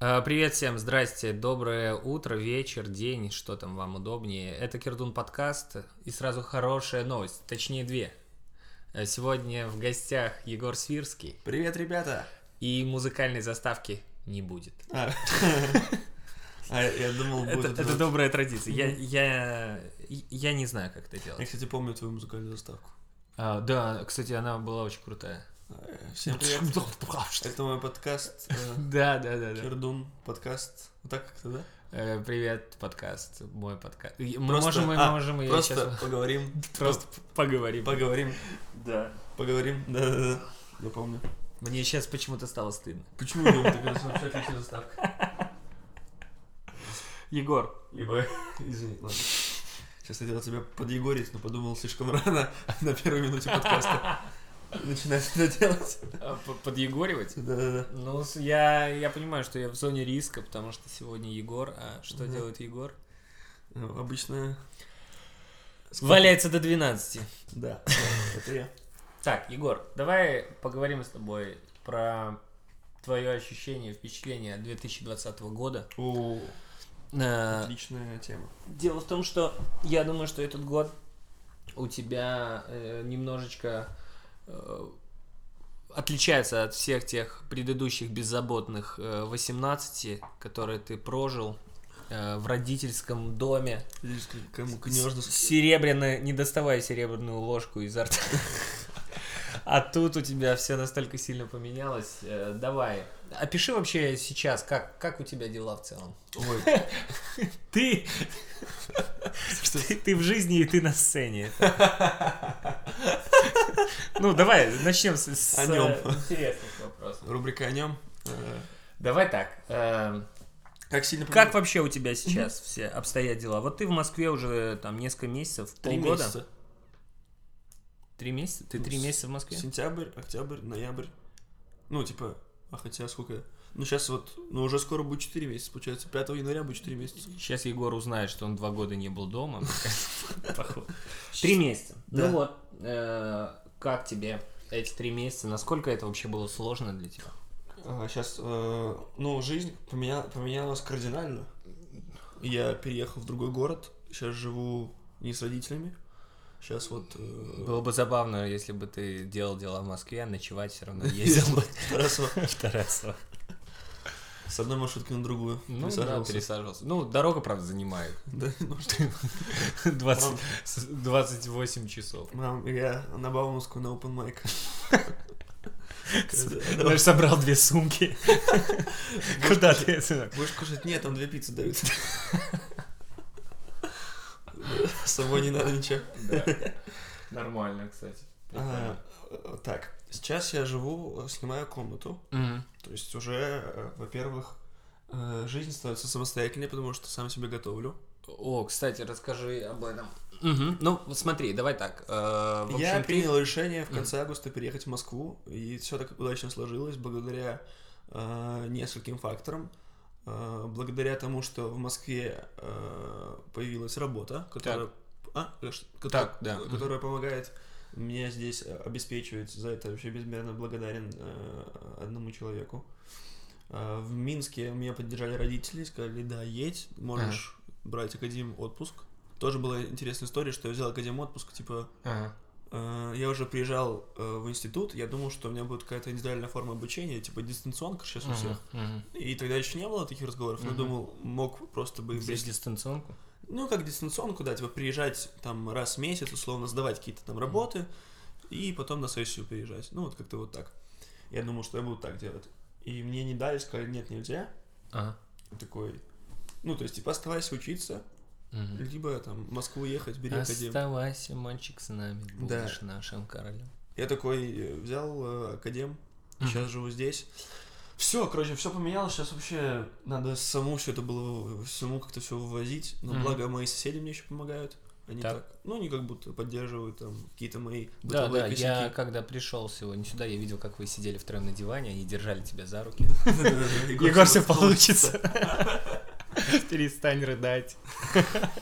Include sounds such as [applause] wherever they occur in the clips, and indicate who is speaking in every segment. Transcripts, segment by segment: Speaker 1: Э, Привет всем, здрасте, доброе утро, вечер, день, что там вам удобнее. Это Кирдун подкаст и сразу хорошая новость, точнее две. Э, Сегодня в гостях Егор Свирский
Speaker 2: Привет, ребята!
Speaker 1: и музыкальной заставки не будет.
Speaker 2: А,
Speaker 1: [laughs]
Speaker 2: А, я думал,
Speaker 1: Это,
Speaker 2: будет...
Speaker 1: это
Speaker 2: вот-
Speaker 1: добрая традиция. Я, я, я не знаю, как это
Speaker 2: Я,
Speaker 1: делать.
Speaker 2: кстати, помню твою музыкальную заставку.
Speaker 1: А, да, кстати, она была очень крутая.
Speaker 2: Э, Всем привет! Это мой подкаст э,
Speaker 1: Да, да, [laughs] да, да.
Speaker 2: Кирдун, подкаст. Вот так как-то, да?
Speaker 1: Э, Привет, подкаст, мой подкаст. И Мы
Speaker 2: Просто-
Speaker 1: можем, мы
Speaker 2: а,
Speaker 1: можем, я
Speaker 2: Просто
Speaker 1: сейчас
Speaker 2: поговорим.
Speaker 1: [laughs] просто поговорим.
Speaker 2: Поговорим.
Speaker 1: Да.
Speaker 2: Поговорим. Да-да-да. Я помню.
Speaker 1: Мне сейчас почему-то стало стыдно.
Speaker 2: Почему у него такая замечательная заставка?
Speaker 1: Егор. [laughs]
Speaker 2: Либо... Извини, ладно. Сейчас хотел тебя подъегорить, но подумал слишком рано [laughs] на первой минуте
Speaker 1: [laughs]
Speaker 2: подкаста. Начинаешь это делать.
Speaker 1: А, Подъегоривать?
Speaker 2: Да-да-да.
Speaker 1: Ну, с- я, я понимаю, что я в зоне риска, потому что сегодня Егор, а что
Speaker 2: Мгм.
Speaker 1: делает Егор?
Speaker 2: Э, Обычно...
Speaker 1: Валяется до 12.
Speaker 2: Да, это я.
Speaker 1: Так, Егор, давай поговорим с тобой про твое ощущение, впечатление от 2020 года.
Speaker 2: О, А.
Speaker 1: Э,
Speaker 2: отличная тема.
Speaker 1: Дело в том, что я думаю, что этот год у тебя э, немножечко э, отличается от всех тех предыдущих беззаботных э, 18, которые ты прожил э, в родительском доме.
Speaker 2: Здесь к- кому
Speaker 1: С- Серебряная, не доставая серебряную ложку изо рта. [laughs] А тут у тебя все настолько сильно поменялось. Э, Давай, опиши вообще сейчас, как, как у тебя дела в целом.
Speaker 2: Ой,
Speaker 1: Ты... ты, ты в жизни и ты на сцене. Ну, давай начнем с, с,
Speaker 2: О
Speaker 1: э,
Speaker 2: нём.
Speaker 1: интересных вопросов.
Speaker 2: рубрика о нем.
Speaker 1: Давай так. эм,
Speaker 2: Как сильно
Speaker 1: Как вообще у тебя сейчас все обстоят дела? Вот ты в Москве уже там несколько месяцев,
Speaker 2: три
Speaker 1: полгода.
Speaker 2: месяца?
Speaker 1: Три месяца? Ты
Speaker 2: Ну,
Speaker 1: три
Speaker 2: с-
Speaker 1: месяца в Москве?
Speaker 2: Сентябрь, октябрь, ноябрь. Ну, типа, а хотя сколько? Ну, сейчас вот, ну, уже скоро будет 4 месяца, получается. 5 января будет 4 месяца.
Speaker 1: Сейчас Егор узнает, что он два года не был дома. Походу. Три месяца.
Speaker 2: Да.
Speaker 1: Ну вот, э, как тебе эти три месяца? Насколько это вообще было сложно для тебя?
Speaker 2: Сейчас, А, ну, жизнь поменя- поменялась кардинально. Я переехал в другой город, сейчас живу не с родителями. Сейчас вот... э, [laughs]
Speaker 1: Было бы забавно, если бы ты делал дела в Москве, а ночевать все [laughs] равно ездил бы
Speaker 2: в Тарасово.
Speaker 1: в Тарасово.
Speaker 2: С одной маршрутки на другую.
Speaker 1: Ну да,
Speaker 2: Присаживался.
Speaker 1: пересаживался. Ну, дорога, правда, [laughs] занимает
Speaker 2: Да, ну что.
Speaker 1: 20 с- 28 часов.
Speaker 2: Мам, я на Бауманскую на open mic.
Speaker 1: Даже собрал две [laughs] сумки. Куда ты, сынок?
Speaker 2: Будешь кушать? Нет, там две пиццы дают. С собой не надо ничего.
Speaker 1: Нормально, кстати.
Speaker 2: А, э, Так, сейчас я живу, э, снимаю комнату. То есть уже, э, во-первых, э, жизнь становится самостоятельной, потому что сам себе готовлю.
Speaker 1: О, кстати, расскажи об этом. Мгм. Ну, смотри, давай так. э, в
Speaker 2: я
Speaker 1: общем, ты-
Speaker 2: принял решение в
Speaker 1: Мгм.
Speaker 2: конце августа переехать в Москву, и все так удачно сложилось благодаря э, нескольким факторам. Э, благодаря тому, что в Москве э, появилась работа, которая, а, э, ш- кото-
Speaker 1: Так, да, мгм.
Speaker 2: которая помогает мне здесь э, обеспечивать. За это вообще безмерно благодарен э, одному человеку. Э, в Минске меня поддержали родители, сказали, да, едь, можешь брать академ отпуск. Тоже была интересная история, что я взял академ отпуск, типа,
Speaker 1: Ага.
Speaker 2: Э, Я уже приезжал э, в институт, я думал, что у меня будет какая-то индивидуальная форма обучения, типа дистанционка сейчас у всех.
Speaker 1: Мгм.
Speaker 2: И тогда еще не было таких разговоров, но
Speaker 1: Мгм.
Speaker 2: думал, мог просто бы их
Speaker 1: Взять
Speaker 2: взять.
Speaker 1: дистанционку?
Speaker 2: Ну, как дистанционку, да, типа приезжать там раз в месяц, условно, сдавать какие-то там работы, и потом на сессию приезжать. Ну, вот как-то вот так. Я думал, что я буду так делать. И мне не дали, сказали, нет, нельзя.
Speaker 1: Ага.
Speaker 2: Я Такой, ну, то есть, типа, оставайся учиться,
Speaker 1: Мгм.
Speaker 2: либо там в Москву ехать, бери академ.
Speaker 1: Оставайся, мальчик, с нами.
Speaker 2: Да.
Speaker 1: Будешь нашим королем.
Speaker 2: Я такой э, взял э, академ,
Speaker 1: Мгм.
Speaker 2: сейчас живу здесь. Все, короче, все поменялось. Сейчас вообще надо самому все это было, самому как-то все вывозить. Но
Speaker 1: Мгм.
Speaker 2: благо мои соседи мне еще помогают. Они
Speaker 1: Так.
Speaker 2: так. ну, они как будто поддерживают там какие-то мои
Speaker 1: Да,
Speaker 2: бытовые
Speaker 1: да, я
Speaker 2: [laughs] косяки.
Speaker 1: когда пришел сегодня сюда, я видел, как вы сидели втроем на диване, они держали тебя за руки.
Speaker 2: Да-да-да,
Speaker 1: Егор, все
Speaker 2: всё
Speaker 1: получится. [laughs] Перестань рыдать. [laughs]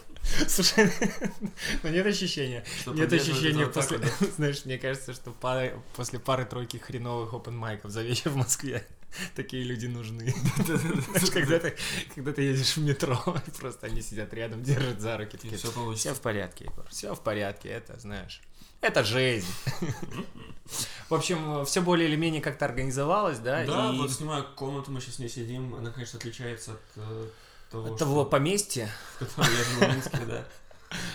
Speaker 1: Слушай, [laughs] ну нет ощущения.
Speaker 2: Что
Speaker 1: Нет
Speaker 2: поддерживает
Speaker 1: ощущения [laughs]
Speaker 2: этого
Speaker 1: после...
Speaker 2: так,
Speaker 1: Знаешь, мне кажется, что пары- после пары-тройки хреновых open майков за вечер в Москве [laughs] Такие люди [laughs] нужны. Знаешь, когда ты, когда ты едешь в метро, [laughs] просто они сидят рядом, держат за руки. Такие,
Speaker 2: все
Speaker 1: все
Speaker 2: получится.
Speaker 1: в порядке, Егор, все в порядке, это, знаешь, это жизнь. [laughs] В общем, все более или менее как-то организовалось, да?
Speaker 2: Да,
Speaker 1: и
Speaker 2: вот снимаю комнату, мы сейчас не сидим, она, конечно, отличается от э, того,
Speaker 1: от того
Speaker 2: что-
Speaker 1: поместья.
Speaker 2: в [laughs] котором я жил в Минске, да.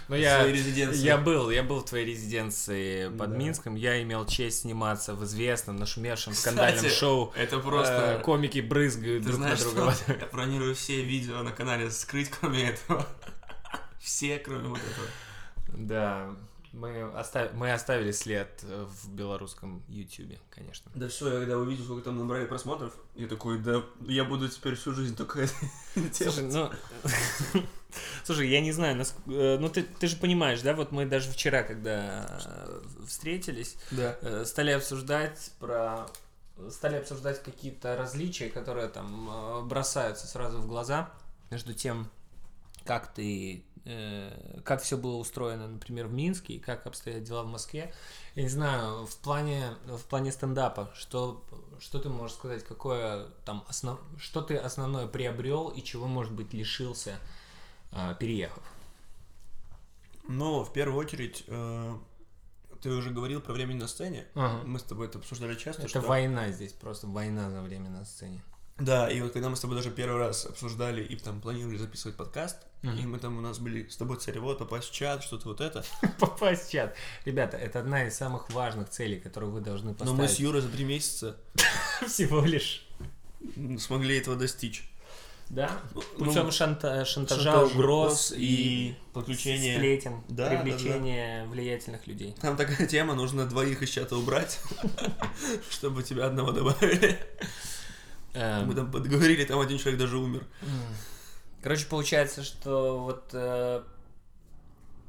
Speaker 1: Но [laughs]
Speaker 2: От
Speaker 1: я,
Speaker 2: своей резиденции.
Speaker 1: я был, я был в твоей резиденции под
Speaker 2: Да.
Speaker 1: Минском, я имел честь сниматься в известном, нашумевшем скандальном
Speaker 2: Кстати,
Speaker 1: шоу.
Speaker 2: Это
Speaker 1: Э,
Speaker 2: просто...
Speaker 1: комики брызгают
Speaker 2: Ты
Speaker 1: друг
Speaker 2: знаешь,
Speaker 1: на друга.
Speaker 2: что я планирую все видео на канале скрыть, кроме этого. [laughs] Все, кроме вот
Speaker 1: [laughs]
Speaker 2: этого.
Speaker 1: Да, мы, оста- мы оставили след э, в белорусском Ютубе, конечно.
Speaker 2: Да все, я когда увидел, сколько там набрали просмотров, я такой, да, я буду теперь всю жизнь только это [laughs]
Speaker 1: Слушай, ну... [laughs] Слушай, я не знаю, наск- э, ну ты, ты же понимаешь, да, вот мы даже вчера, когда э, встретились,
Speaker 2: Да.
Speaker 1: э, стали обсуждать про... Стали обсуждать какие-то различия, которые там э, бросаются сразу в глаза между тем, как ты... э, Как все было устроено, например, в Минске, и как обстоят дела в Москве. Я не знаю, в плане, в плане стендапа, что, что ты можешь сказать, какое там основ... что ты основное приобрел и чего, может быть, лишился, а, переехав?
Speaker 2: Но Ну, в первую очередь, э, ты уже говорил про время на сцене. Мы с тобой это обсуждали часто.
Speaker 1: Это
Speaker 2: что-
Speaker 1: война здесь, просто война за время на сцене.
Speaker 2: Да, и вот когда мы с тобой даже первый раз обсуждали и там планировали записывать подкаст,
Speaker 1: Мгм.
Speaker 2: и мы там у нас были с тобой цели, вот, попасть в чат, что-то вот это.
Speaker 1: [laughs] Попасть в чат. Ребята, это одна из самых важных целей, которую вы должны
Speaker 2: Но мы с
Speaker 1: поставить.
Speaker 2: Юрой за три месяца
Speaker 1: [laughs] всего лишь.
Speaker 2: смогли этого достичь.
Speaker 1: Да?
Speaker 2: Ну,
Speaker 1: Путем
Speaker 2: ну,
Speaker 1: шантажа,
Speaker 2: шантаж,
Speaker 1: угроз
Speaker 2: и
Speaker 1: и
Speaker 2: подключение.
Speaker 1: сплетен,
Speaker 2: Да,
Speaker 1: привлечение влиятельных людей.
Speaker 2: Там такая тема, нужно двоих из чата убрать, [laughs] чтобы тебя одного добавили.
Speaker 1: Эм,
Speaker 2: Мы там подговорили, там один человек даже умер.
Speaker 1: М. Короче, получается, что вот э,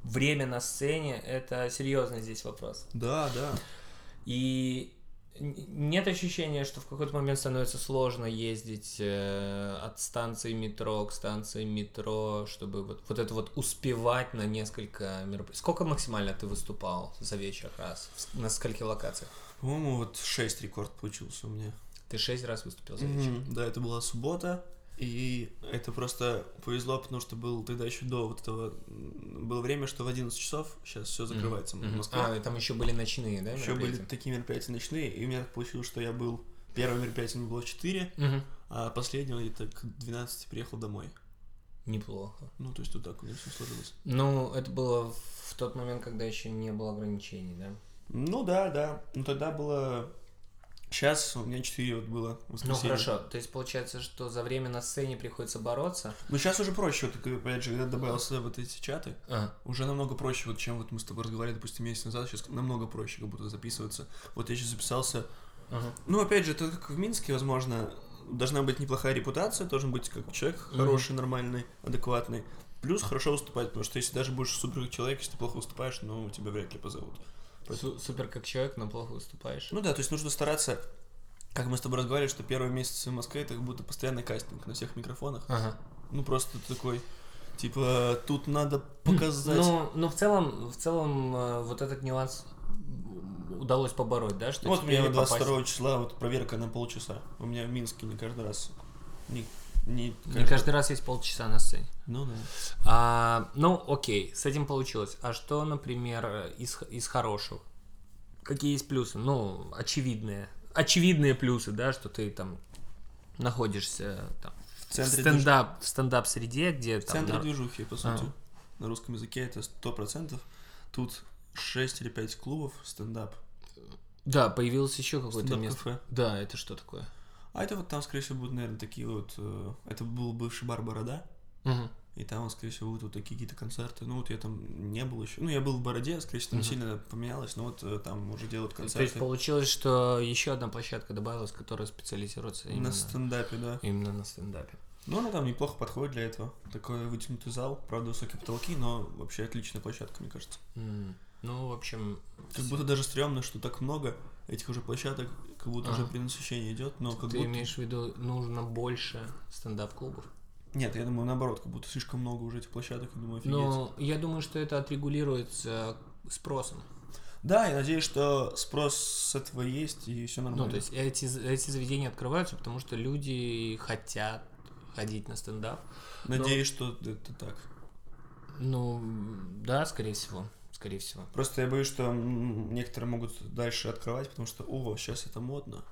Speaker 1: время на сцене это серьезный здесь вопрос.
Speaker 2: Да, да.
Speaker 1: И н- нет ощущения, что в какой-то момент становится сложно ездить э, от станции метро к станции метро, чтобы вот, вот это вот успевать на несколько мероприятий. Сколько максимально ты выступал за вечер раз? В с- На скольких локациях?
Speaker 2: По-моему, вот 6 рекорд получился у меня.
Speaker 1: Ты шесть раз выступил за вечер?
Speaker 2: Мгм. Да, это была суббота. И это просто повезло, потому что был тогда еще до вот этого... м, Было время, что в 11 часов сейчас все закрывается
Speaker 1: Мгм.
Speaker 2: в Москве.
Speaker 1: А, и там еще были ночные, да,
Speaker 2: еще были
Speaker 1: мероприятия?
Speaker 2: такие мероприятия ночные, и у меня так получилось, что я был... Первое мероприятие мне было 4,
Speaker 1: Мгм.
Speaker 2: а последнего где-то к 12 приехал домой.
Speaker 1: Неплохо.
Speaker 2: Ну, то есть вот так у меня все сложилось.
Speaker 1: Ну, это было в тот момент, когда еще не было ограничений, да?
Speaker 2: Ну да, да. Ну тогда было... Сейчас у меня 4 вот было
Speaker 1: Ну
Speaker 2: воскресенье.
Speaker 1: хорошо, то есть получается, что за время на сцене приходится бороться.
Speaker 2: Ну сейчас уже проще, вот, опять же, когда добавился вот эти чаты,
Speaker 1: А,
Speaker 2: Уже намного проще, вот чем вот мы с тобой разговаривали, допустим, месяц назад, сейчас намного проще как будто записываться. Вот я сейчас записался.
Speaker 1: ага.
Speaker 2: Ну, опять же, это как в Минске, возможно, должна быть неплохая репутация, должен быть как человек
Speaker 1: Мгм.
Speaker 2: хороший, нормальный, адекватный. Плюс хорошо выступать, потому что если даже будешь супер человек, если ты плохо выступаешь, ну, тебя вряд ли позовут.
Speaker 1: Су- супер как человек, но плохо выступаешь.
Speaker 2: Ну да, то есть нужно стараться, как мы с тобой разговаривали, что первые месяцы в Москве это как будто постоянный кастинг на всех микрофонах.
Speaker 1: Ага.
Speaker 2: Ну, просто ты такой, типа, тут надо показать.
Speaker 1: Ну, ну в целом, в целом э, вот этот нюанс удалось побороть, да? Что
Speaker 2: Вот у
Speaker 1: теперь не
Speaker 2: меня
Speaker 1: попасть-
Speaker 2: 22 числа вот проверка на полчаса. У меня в Минске не каждый раз. Не, не
Speaker 1: Не каждый раз есть полчаса на сцене.
Speaker 2: Ну да.
Speaker 1: А, ну, окей, с этим получилось. А что, например, э, из, из хорошего? Какие есть плюсы? Ну, очевидные. Очевидные плюсы, да, что ты там находишься там,
Speaker 2: В
Speaker 1: в,
Speaker 2: центре, движ-
Speaker 1: стендап, в стендап-среде, где
Speaker 2: в
Speaker 1: там...
Speaker 2: центре
Speaker 1: нар-
Speaker 2: движухи, по
Speaker 1: А.
Speaker 2: сути. На русском языке это 100%. Тут 6 или 5 клубов стендап.
Speaker 1: Да, появилось еще какое-то место.
Speaker 2: Стендап-кафе.
Speaker 1: Да, это что такое?
Speaker 2: А это вот там, скорее всего, будут, наверное, такие вот... э, Это был бывший бар Борода.
Speaker 1: Мгм.
Speaker 2: И там, вот, скорее всего, будут вот такие какие-то концерты. Ну, вот я там не был еще. Ну, я был в Бороде, скорее всего, там
Speaker 1: Мгм.
Speaker 2: сильно поменялось, но вот э, там уже делают
Speaker 1: То есть
Speaker 2: концерты.
Speaker 1: получилось, что еще одна площадка добавилась, которая специализируется именно
Speaker 2: на стендапе, да.
Speaker 1: именно на стендапе.
Speaker 2: Ну, она там неплохо подходит для этого. Такой вытянутый зал, правда, высокие потолки, но вообще отличная площадка, мне кажется.
Speaker 1: М. Ну, в общем...
Speaker 2: Как будто даже стрёмно, что так много этих уже площадок, как будто уже
Speaker 1: Ага.
Speaker 2: перенасыщение идет, но как
Speaker 1: ты
Speaker 2: будто...
Speaker 1: имеешь в виду, нужно больше стендап-клубов?
Speaker 2: Нет, я думаю, наоборот, как будто слишком
Speaker 1: Ну.
Speaker 2: много уже этих площадок, я думаю, офигеть.
Speaker 1: Но я думаю, что это отрегулируется спросом.
Speaker 2: Да, я надеюсь, что спрос с этого есть, и все нормально.
Speaker 1: Ну, то есть эти, эти заведения открываются, потому что люди хотят ходить на стендап.
Speaker 2: Надеюсь, что это так.
Speaker 1: Ну, да, скорее всего. Скорее всего.
Speaker 2: Просто я боюсь, что м, некоторые могут дальше открывать, потому что, о, сейчас это модно.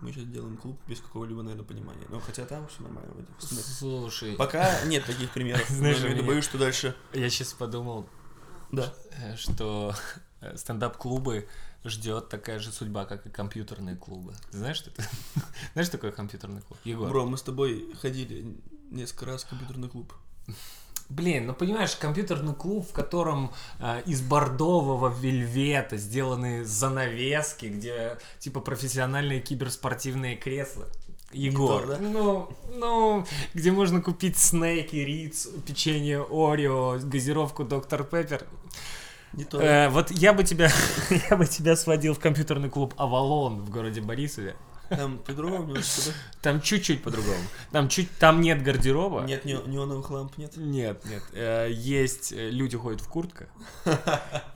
Speaker 2: Мы сейчас делаем клуб без какого-либо, наверное, понимания. Но хотя там все нормально вроде. в смысле.
Speaker 1: Слушай,
Speaker 2: Пока нет таких
Speaker 1: [laughs]
Speaker 2: примеров.
Speaker 1: Знаешь,
Speaker 2: Но я
Speaker 1: у меня-
Speaker 2: боюсь, что дальше...
Speaker 1: я сейчас подумал,
Speaker 2: Да.
Speaker 1: э, что [laughs] э, стендап-клубы ждет такая же судьба, как и компьютерные клубы. Ты знаешь, что это? [laughs] Знаешь, что такое компьютерный клуб? Егор.
Speaker 2: Бро, мы с тобой ходили несколько раз в компьютерный клуб.
Speaker 1: Блин, ну понимаешь, компьютерный клуб, в котором э, из бордового вельвета сделаны занавески, где типа профессиональные киберспортивные кресла. Егор,
Speaker 2: Егор, да?
Speaker 1: ну, ну, где можно купить снеки, риц, печенье Орео, газировку Доктор Пеппер.
Speaker 2: Не то.
Speaker 1: Э, вот я бы тебя, [laughs] я бы тебя сводил в компьютерный клуб Авалон в городе Борисове.
Speaker 2: Там по-другому немножко,
Speaker 1: Там чуть-чуть по-другому. Там чуть, там нет гардероба.
Speaker 2: да? Нет не- неоновых ламп, нет?
Speaker 1: Нет, нет. Э, Есть э, люди ходят в
Speaker 2: [laughs]
Speaker 1: куртках.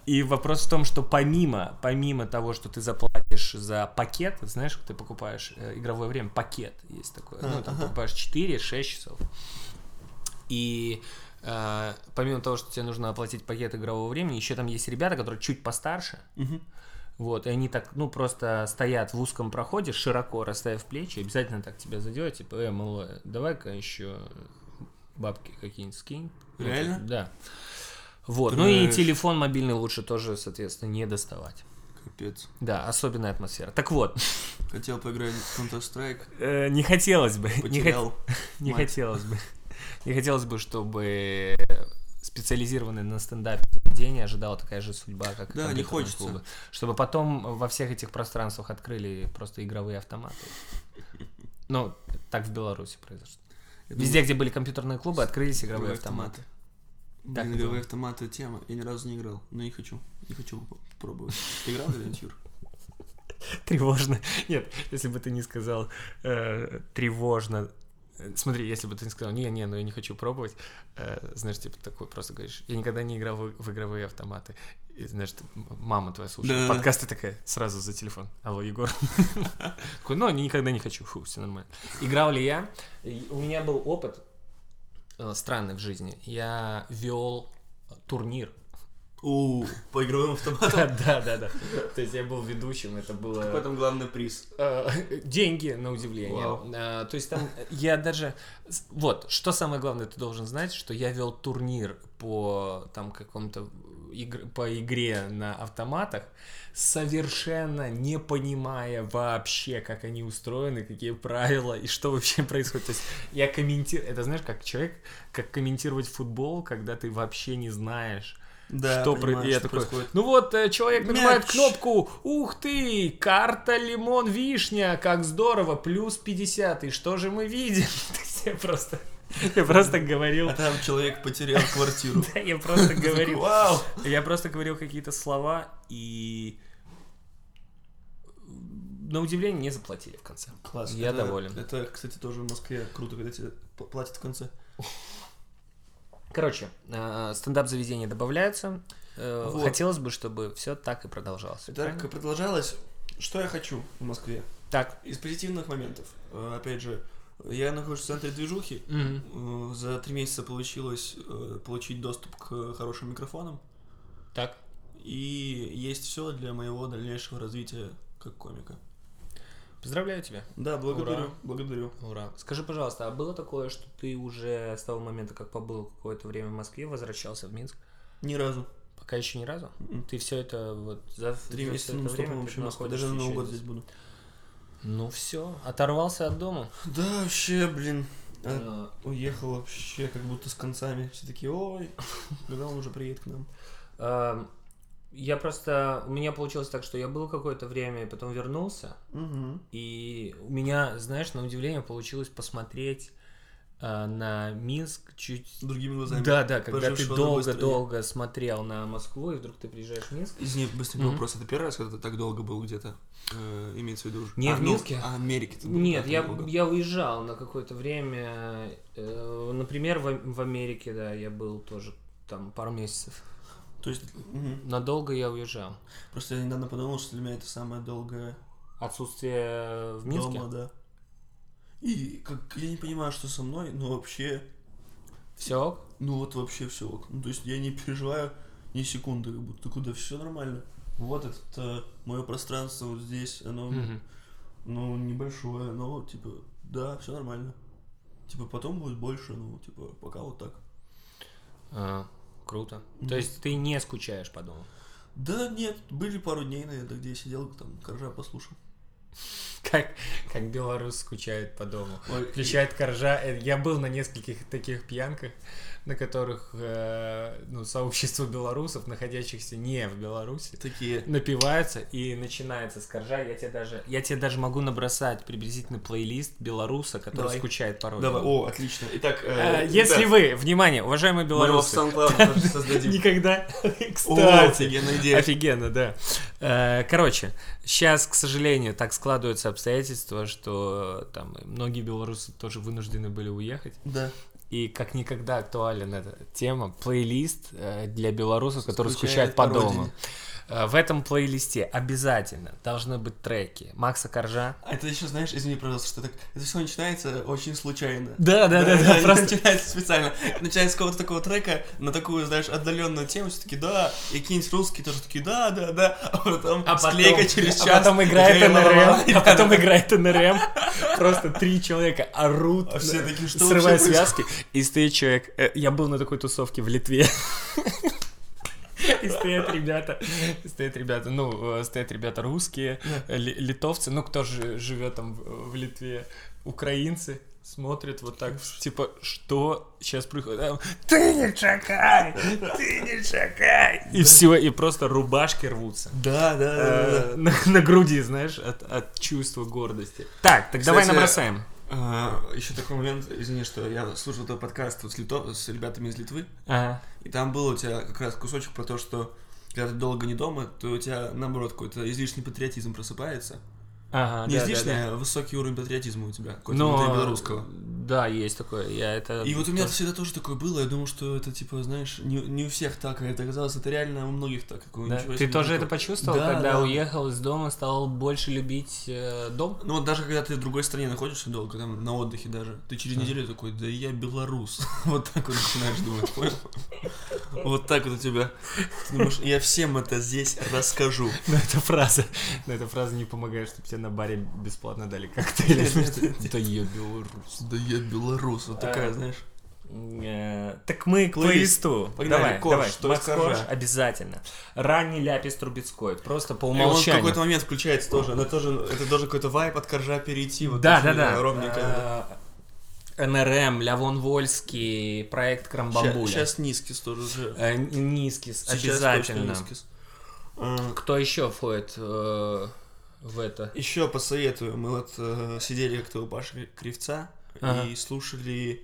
Speaker 1: И вопрос в том, что помимо, помимо того, что ты заплатишь за пакет, вот знаешь, ты покупаешь э, игровое время, пакет есть такое.
Speaker 2: А,
Speaker 1: Ну, там
Speaker 2: ага.
Speaker 1: покупаешь 4-6 часов. И э, помимо того, что тебе нужно оплатить пакет игрового времени, еще там есть ребята, которые чуть постарше.
Speaker 2: Мгм.
Speaker 1: Вот, и они так, ну, просто стоят в узком проходе, широко расставив плечи, обязательно так тебя задевают, типа, э, малой, давай-ка еще бабки какие-нибудь скинь. Ну,
Speaker 2: Реально?
Speaker 1: то есть, да. Вот, ну и
Speaker 2: Трэш.
Speaker 1: телефон мобильный лучше тоже, соответственно, не доставать.
Speaker 2: Капец.
Speaker 1: Да, особенная атмосфера. Так вот,
Speaker 2: Хотел поиграть в Counter-Strike,
Speaker 1: э, не хотелось бы, не хот-
Speaker 2: потерял.
Speaker 1: не
Speaker 2: Мать.
Speaker 1: хотелось бы. [laughs] Не хотелось бы, чтобы специализированное на стендапе заведение ожидала такая же судьба, как и
Speaker 2: Да, не
Speaker 1: компьютерные
Speaker 2: хочется.
Speaker 1: клубы. Чтобы потом во всех этих пространствах открыли просто игровые
Speaker 2: [laughs]
Speaker 1: автоматы. Ну, так в Беларуси произошло.
Speaker 2: Я
Speaker 1: Везде, где были компьютерные клубы, открылись
Speaker 2: думаю,
Speaker 1: игровые автоматы.
Speaker 2: Блин,
Speaker 1: Так и
Speaker 2: игровые
Speaker 1: было.
Speaker 2: автоматы тема. Я ни разу не играл, но не хочу. Не хочу поп-
Speaker 1: [laughs]
Speaker 2: пробовать. Ты играл или нет, Юр?
Speaker 1: Тревожно. Нет, если бы ты не сказал э, тревожно. э, Смотри, если бы ты не сказал, не, не, ну я не хочу пробовать, э, знаешь, типа такой просто говоришь, я никогда не играл в, в игровые автоматы. И, знаешь, ты- м- мама твоя слушает
Speaker 2: Да-да-да.
Speaker 1: подкасты такая, сразу за телефон. Алло, Егор. [laughs] Такой, ну, не- никогда не хочу, фу, все нормально. Играл ли я? И У меня был опыт э, странный в жизни. Я вел турнир
Speaker 2: У, по игровым [laughs] автоматам.
Speaker 1: [laughs] да, да, да. То есть я был ведущим, это было...
Speaker 2: Какой там главный приз?
Speaker 1: Э, [laughs] деньги, на удивление.
Speaker 2: Вау.
Speaker 1: Э, То есть там я даже... с- Вот, что самое главное ты должен знать, что я вел турнир по там каком-то э, игр- по игре на автоматах, совершенно не понимая вообще, как они устроены, какие правила и что вообще [laughs] происходит. То есть я комментирую... Это знаешь, как человек, как комментировать футбол, когда ты вообще не знаешь,
Speaker 2: Да,
Speaker 1: что,
Speaker 2: понимаю,
Speaker 1: про- и я
Speaker 2: что
Speaker 1: такой,
Speaker 2: происходит.
Speaker 1: Ну вот, э, человек нажимает
Speaker 2: Мяч.
Speaker 1: кнопку, ух ты, карта, лимон, вишня, как здорово, плюс 50, и что же мы видим? [laughs] То есть Я просто, я просто говорил, [laughs]
Speaker 2: А там человек потерял квартиру.
Speaker 1: да, я просто
Speaker 2: Такой,
Speaker 1: говорил,
Speaker 2: Вау!
Speaker 1: я просто говорил какие-то слова, и на удивление не заплатили в конце.
Speaker 2: Класс.
Speaker 1: Я
Speaker 2: Это-
Speaker 1: доволен.
Speaker 2: Это, кстати, тоже в Москве круто, когда тебе п- платят в конце.
Speaker 1: Короче, э, стендап-заведения добавляются. Э,
Speaker 2: Вот.
Speaker 1: Хотелось бы, чтобы все так и продолжалось.
Speaker 2: Так
Speaker 1: Правильно?
Speaker 2: продолжалось. Что я хочу в Москве?
Speaker 1: Так.
Speaker 2: Из позитивных моментов. Э, Опять же, я нахожусь в центре движухи.
Speaker 1: Мгм.
Speaker 2: Э, За три месяца получилось э, получить доступ к э, хорошим микрофонам.
Speaker 1: Так.
Speaker 2: И есть все для моего дальнейшего развития как комика.
Speaker 1: Поздравляю тебя.
Speaker 2: Да, благодарю,
Speaker 1: Ура.
Speaker 2: благодарю.
Speaker 1: Ура. Скажи, пожалуйста, а было такое, что ты уже с того момента, как побыл какое-то время в Москве, возвращался в Минск?
Speaker 2: Ни разу. М-м.
Speaker 1: Пока еще ни разу?
Speaker 2: Мгм.
Speaker 1: Ты все это вот за
Speaker 2: Три
Speaker 1: за
Speaker 2: месяца
Speaker 1: всё это
Speaker 2: ну,
Speaker 1: время
Speaker 2: стопом
Speaker 1: ты
Speaker 2: вообще Москва.
Speaker 1: находишься
Speaker 2: Даже на Новый
Speaker 1: ещё
Speaker 2: год
Speaker 1: и
Speaker 2: здесь буду.
Speaker 1: Ну все, оторвался от дома.
Speaker 2: Да, вообще, блин. а,
Speaker 1: Э,
Speaker 2: Уехал вообще как будто с концами. Все такие, ой, когда он уже приедет к нам?
Speaker 1: эм, Я просто... У меня получилось так, что я был какое-то время и потом вернулся.
Speaker 2: Угу.
Speaker 1: И у меня, знаешь, на удивление получилось посмотреть э, на Минск чуть...
Speaker 2: Другими глазами.
Speaker 1: Да, да, когда ты
Speaker 2: пожившего на другой
Speaker 1: долго-долго смотрел на Москву, и вдруг ты приезжаешь в Минск,
Speaker 2: Извини, быстренько
Speaker 1: Мгм.
Speaker 2: вопрос. Это первый раз, когда ты так долго был где-то? Э, имеется в виду уже.
Speaker 1: Не в
Speaker 2: ну,
Speaker 1: Минске?
Speaker 2: а Америке ты был
Speaker 1: Нет,
Speaker 2: так
Speaker 1: я,
Speaker 2: долго.
Speaker 1: я уезжал на какое-то время. э, например, в, в Америке, да, я был тоже там пару месяцев.
Speaker 2: То есть, мгм.
Speaker 1: Надолго я уезжал.
Speaker 2: просто я недавно подумал, что для меня это самое долгое
Speaker 1: Отсутствие в Минске?
Speaker 2: дома, да. И как я не понимаю, что со мной, но вообще,
Speaker 1: Все?
Speaker 2: ну вот вообще все ок. Ну, то есть я не переживаю ни секунды, как будто куда все нормально. Вот это мое пространство вот здесь, оно Ну, небольшое, но, типа, да, все нормально. Типа, потом будет больше, ну, типа, пока вот так.
Speaker 1: А, круто.
Speaker 2: Мгм.
Speaker 1: То есть ты не скучаешь по дому? [laughs]
Speaker 2: Да нет, были пару дней, наверное, где я сидел, там, коржа послушал.
Speaker 1: Как, как белорус скучает по дому.
Speaker 2: Ой,
Speaker 1: Включает коржа. Э, Я был на нескольких таких пьянках, на которых э, ну, сообщество белорусов, находящихся не в Беларуси,
Speaker 2: и Такие,
Speaker 1: напивается и начинается с коржа. Я тебе даже, я тебе даже могу набросать приблизительно плейлист белоруса, который
Speaker 2: Давай.
Speaker 1: скучает по родине.
Speaker 2: давай, о, отлично. Итак,
Speaker 1: Э, Если вы, внимание, уважаемые белорусы, [laughs]
Speaker 2: создадим.
Speaker 1: никогда...
Speaker 2: О,
Speaker 1: Кстати,
Speaker 2: офигенная идея.
Speaker 1: Офигенно, да. Э, Короче, сейчас, к сожалению, так складываются обстоятельства, что э, там многие белорусы тоже вынуждены были уехать.
Speaker 2: Да.
Speaker 1: И как никогда актуален эта тема, плейлист э, для белорусов, которые
Speaker 2: Скучает
Speaker 1: скучают
Speaker 2: по
Speaker 1: по дому.
Speaker 2: родине.
Speaker 1: Э, В этом плейлисте обязательно должны быть треки Макса Коржа.
Speaker 2: А это еще, знаешь, извини, пожалуйста, что так, это все начинается очень случайно.
Speaker 1: Да, да, да, да,
Speaker 2: они
Speaker 1: просто...
Speaker 2: начинается специально. Начинается с какого-то такого трека на такую, знаешь, отдаленную тему, все таки да, и какие-нибудь русские тоже такие, да, да, да, а потом склейка через
Speaker 1: а
Speaker 2: час.
Speaker 1: потом играет
Speaker 2: Михаила
Speaker 1: НРМ,
Speaker 2: Ломоносова.
Speaker 1: [laughs] а потом играет НРМ, просто три человека орут,
Speaker 2: А все такие, что
Speaker 1: срывая
Speaker 2: вообще происходит?
Speaker 1: связки, и стоит человек, э, я был на такой тусовке в Литве, [laughs] и стоят ребята, и стоят ребята, ну, э, стоят ребята русские, э, ли- литовцы, ну, кто же живет там в в Литве, украинцы, смотрят вот так, типа, что сейчас происходит? Ты не чакай! Ты не чакай! И все, и просто рубашки рвутся.
Speaker 2: Да, да, да, да, да.
Speaker 1: Э, На на груди, знаешь, от, от чувства гордости. Так, так давай
Speaker 2: Кстати,
Speaker 1: набросаем.
Speaker 2: еще А, такой момент, извини, что я слушал твой подкаст вот с, Лито- с ребятами из Литвы,
Speaker 1: Ага.
Speaker 2: и там был у тебя как раз кусочек про то, что когда ты долго не дома, то у тебя, наоборот, какой-то излишний патриотизм просыпается.
Speaker 1: Ага,
Speaker 2: не
Speaker 1: да, да,
Speaker 2: излишний,
Speaker 1: да.
Speaker 2: а высокий уровень патриотизма у тебя, какой-то
Speaker 1: Но,
Speaker 2: внутри белорусского.
Speaker 1: Да, есть такое. Я это.
Speaker 2: И вот у меня
Speaker 1: тоже-
Speaker 2: всегда тоже такое было, я думал, что это, типа, знаешь, не, не у всех так, а это оказалось, это реально у многих так. Такое,
Speaker 1: Да.
Speaker 2: ничего
Speaker 1: Ты
Speaker 2: себе,
Speaker 1: тоже
Speaker 2: такое.
Speaker 1: это почувствовал,
Speaker 2: Да,
Speaker 1: когда
Speaker 2: да.
Speaker 1: уехал из дома, стал больше любить э, дом?
Speaker 2: Ну вот даже когда ты в другой стране находишься долго, там на отдыхе даже, ты через
Speaker 1: Да.
Speaker 2: неделю такой, да я белорус. [laughs] Вот так вот начинаешь думать, понял? Вот так вот у тебя. Ты думаешь, я всем это здесь расскажу.
Speaker 1: [laughs] Но эта фраза, но эта фраза не помогает, чтобы тебе на баре бесплатно дали коктейли. [laughs] Да я белорус.
Speaker 2: Да я белорус, вот такая,
Speaker 1: А,
Speaker 2: знаешь.
Speaker 1: Э, Так мы к
Speaker 2: Плейлист.
Speaker 1: плейлисту.
Speaker 2: Погнали,
Speaker 1: Давай,
Speaker 2: Корж,
Speaker 1: давай.
Speaker 2: что
Speaker 1: Макс
Speaker 2: из Коржа?
Speaker 1: Корж, обязательно. Ранний ляпис трубецкой. Просто по
Speaker 2: И он в
Speaker 1: умолчанию.
Speaker 2: какой-то момент включается тоже, она тоже, это должен какой-то вайп от коржа перейти. вот
Speaker 1: да, да,
Speaker 2: очень
Speaker 1: да.
Speaker 2: Ровненько.
Speaker 1: Э, НРМ, Лявон Вольский, проект Крамбамбуля.
Speaker 2: Сейчас низкий тоже уже.
Speaker 1: Э, Н- Нискис,
Speaker 2: Сейчас
Speaker 1: обязательно.
Speaker 2: точно Нискис. А,
Speaker 1: Кто еще входит э, в это?
Speaker 2: Еще посоветую. Мы вот э, сидели как-то у Паши Кривца и
Speaker 1: Ага.
Speaker 2: слушали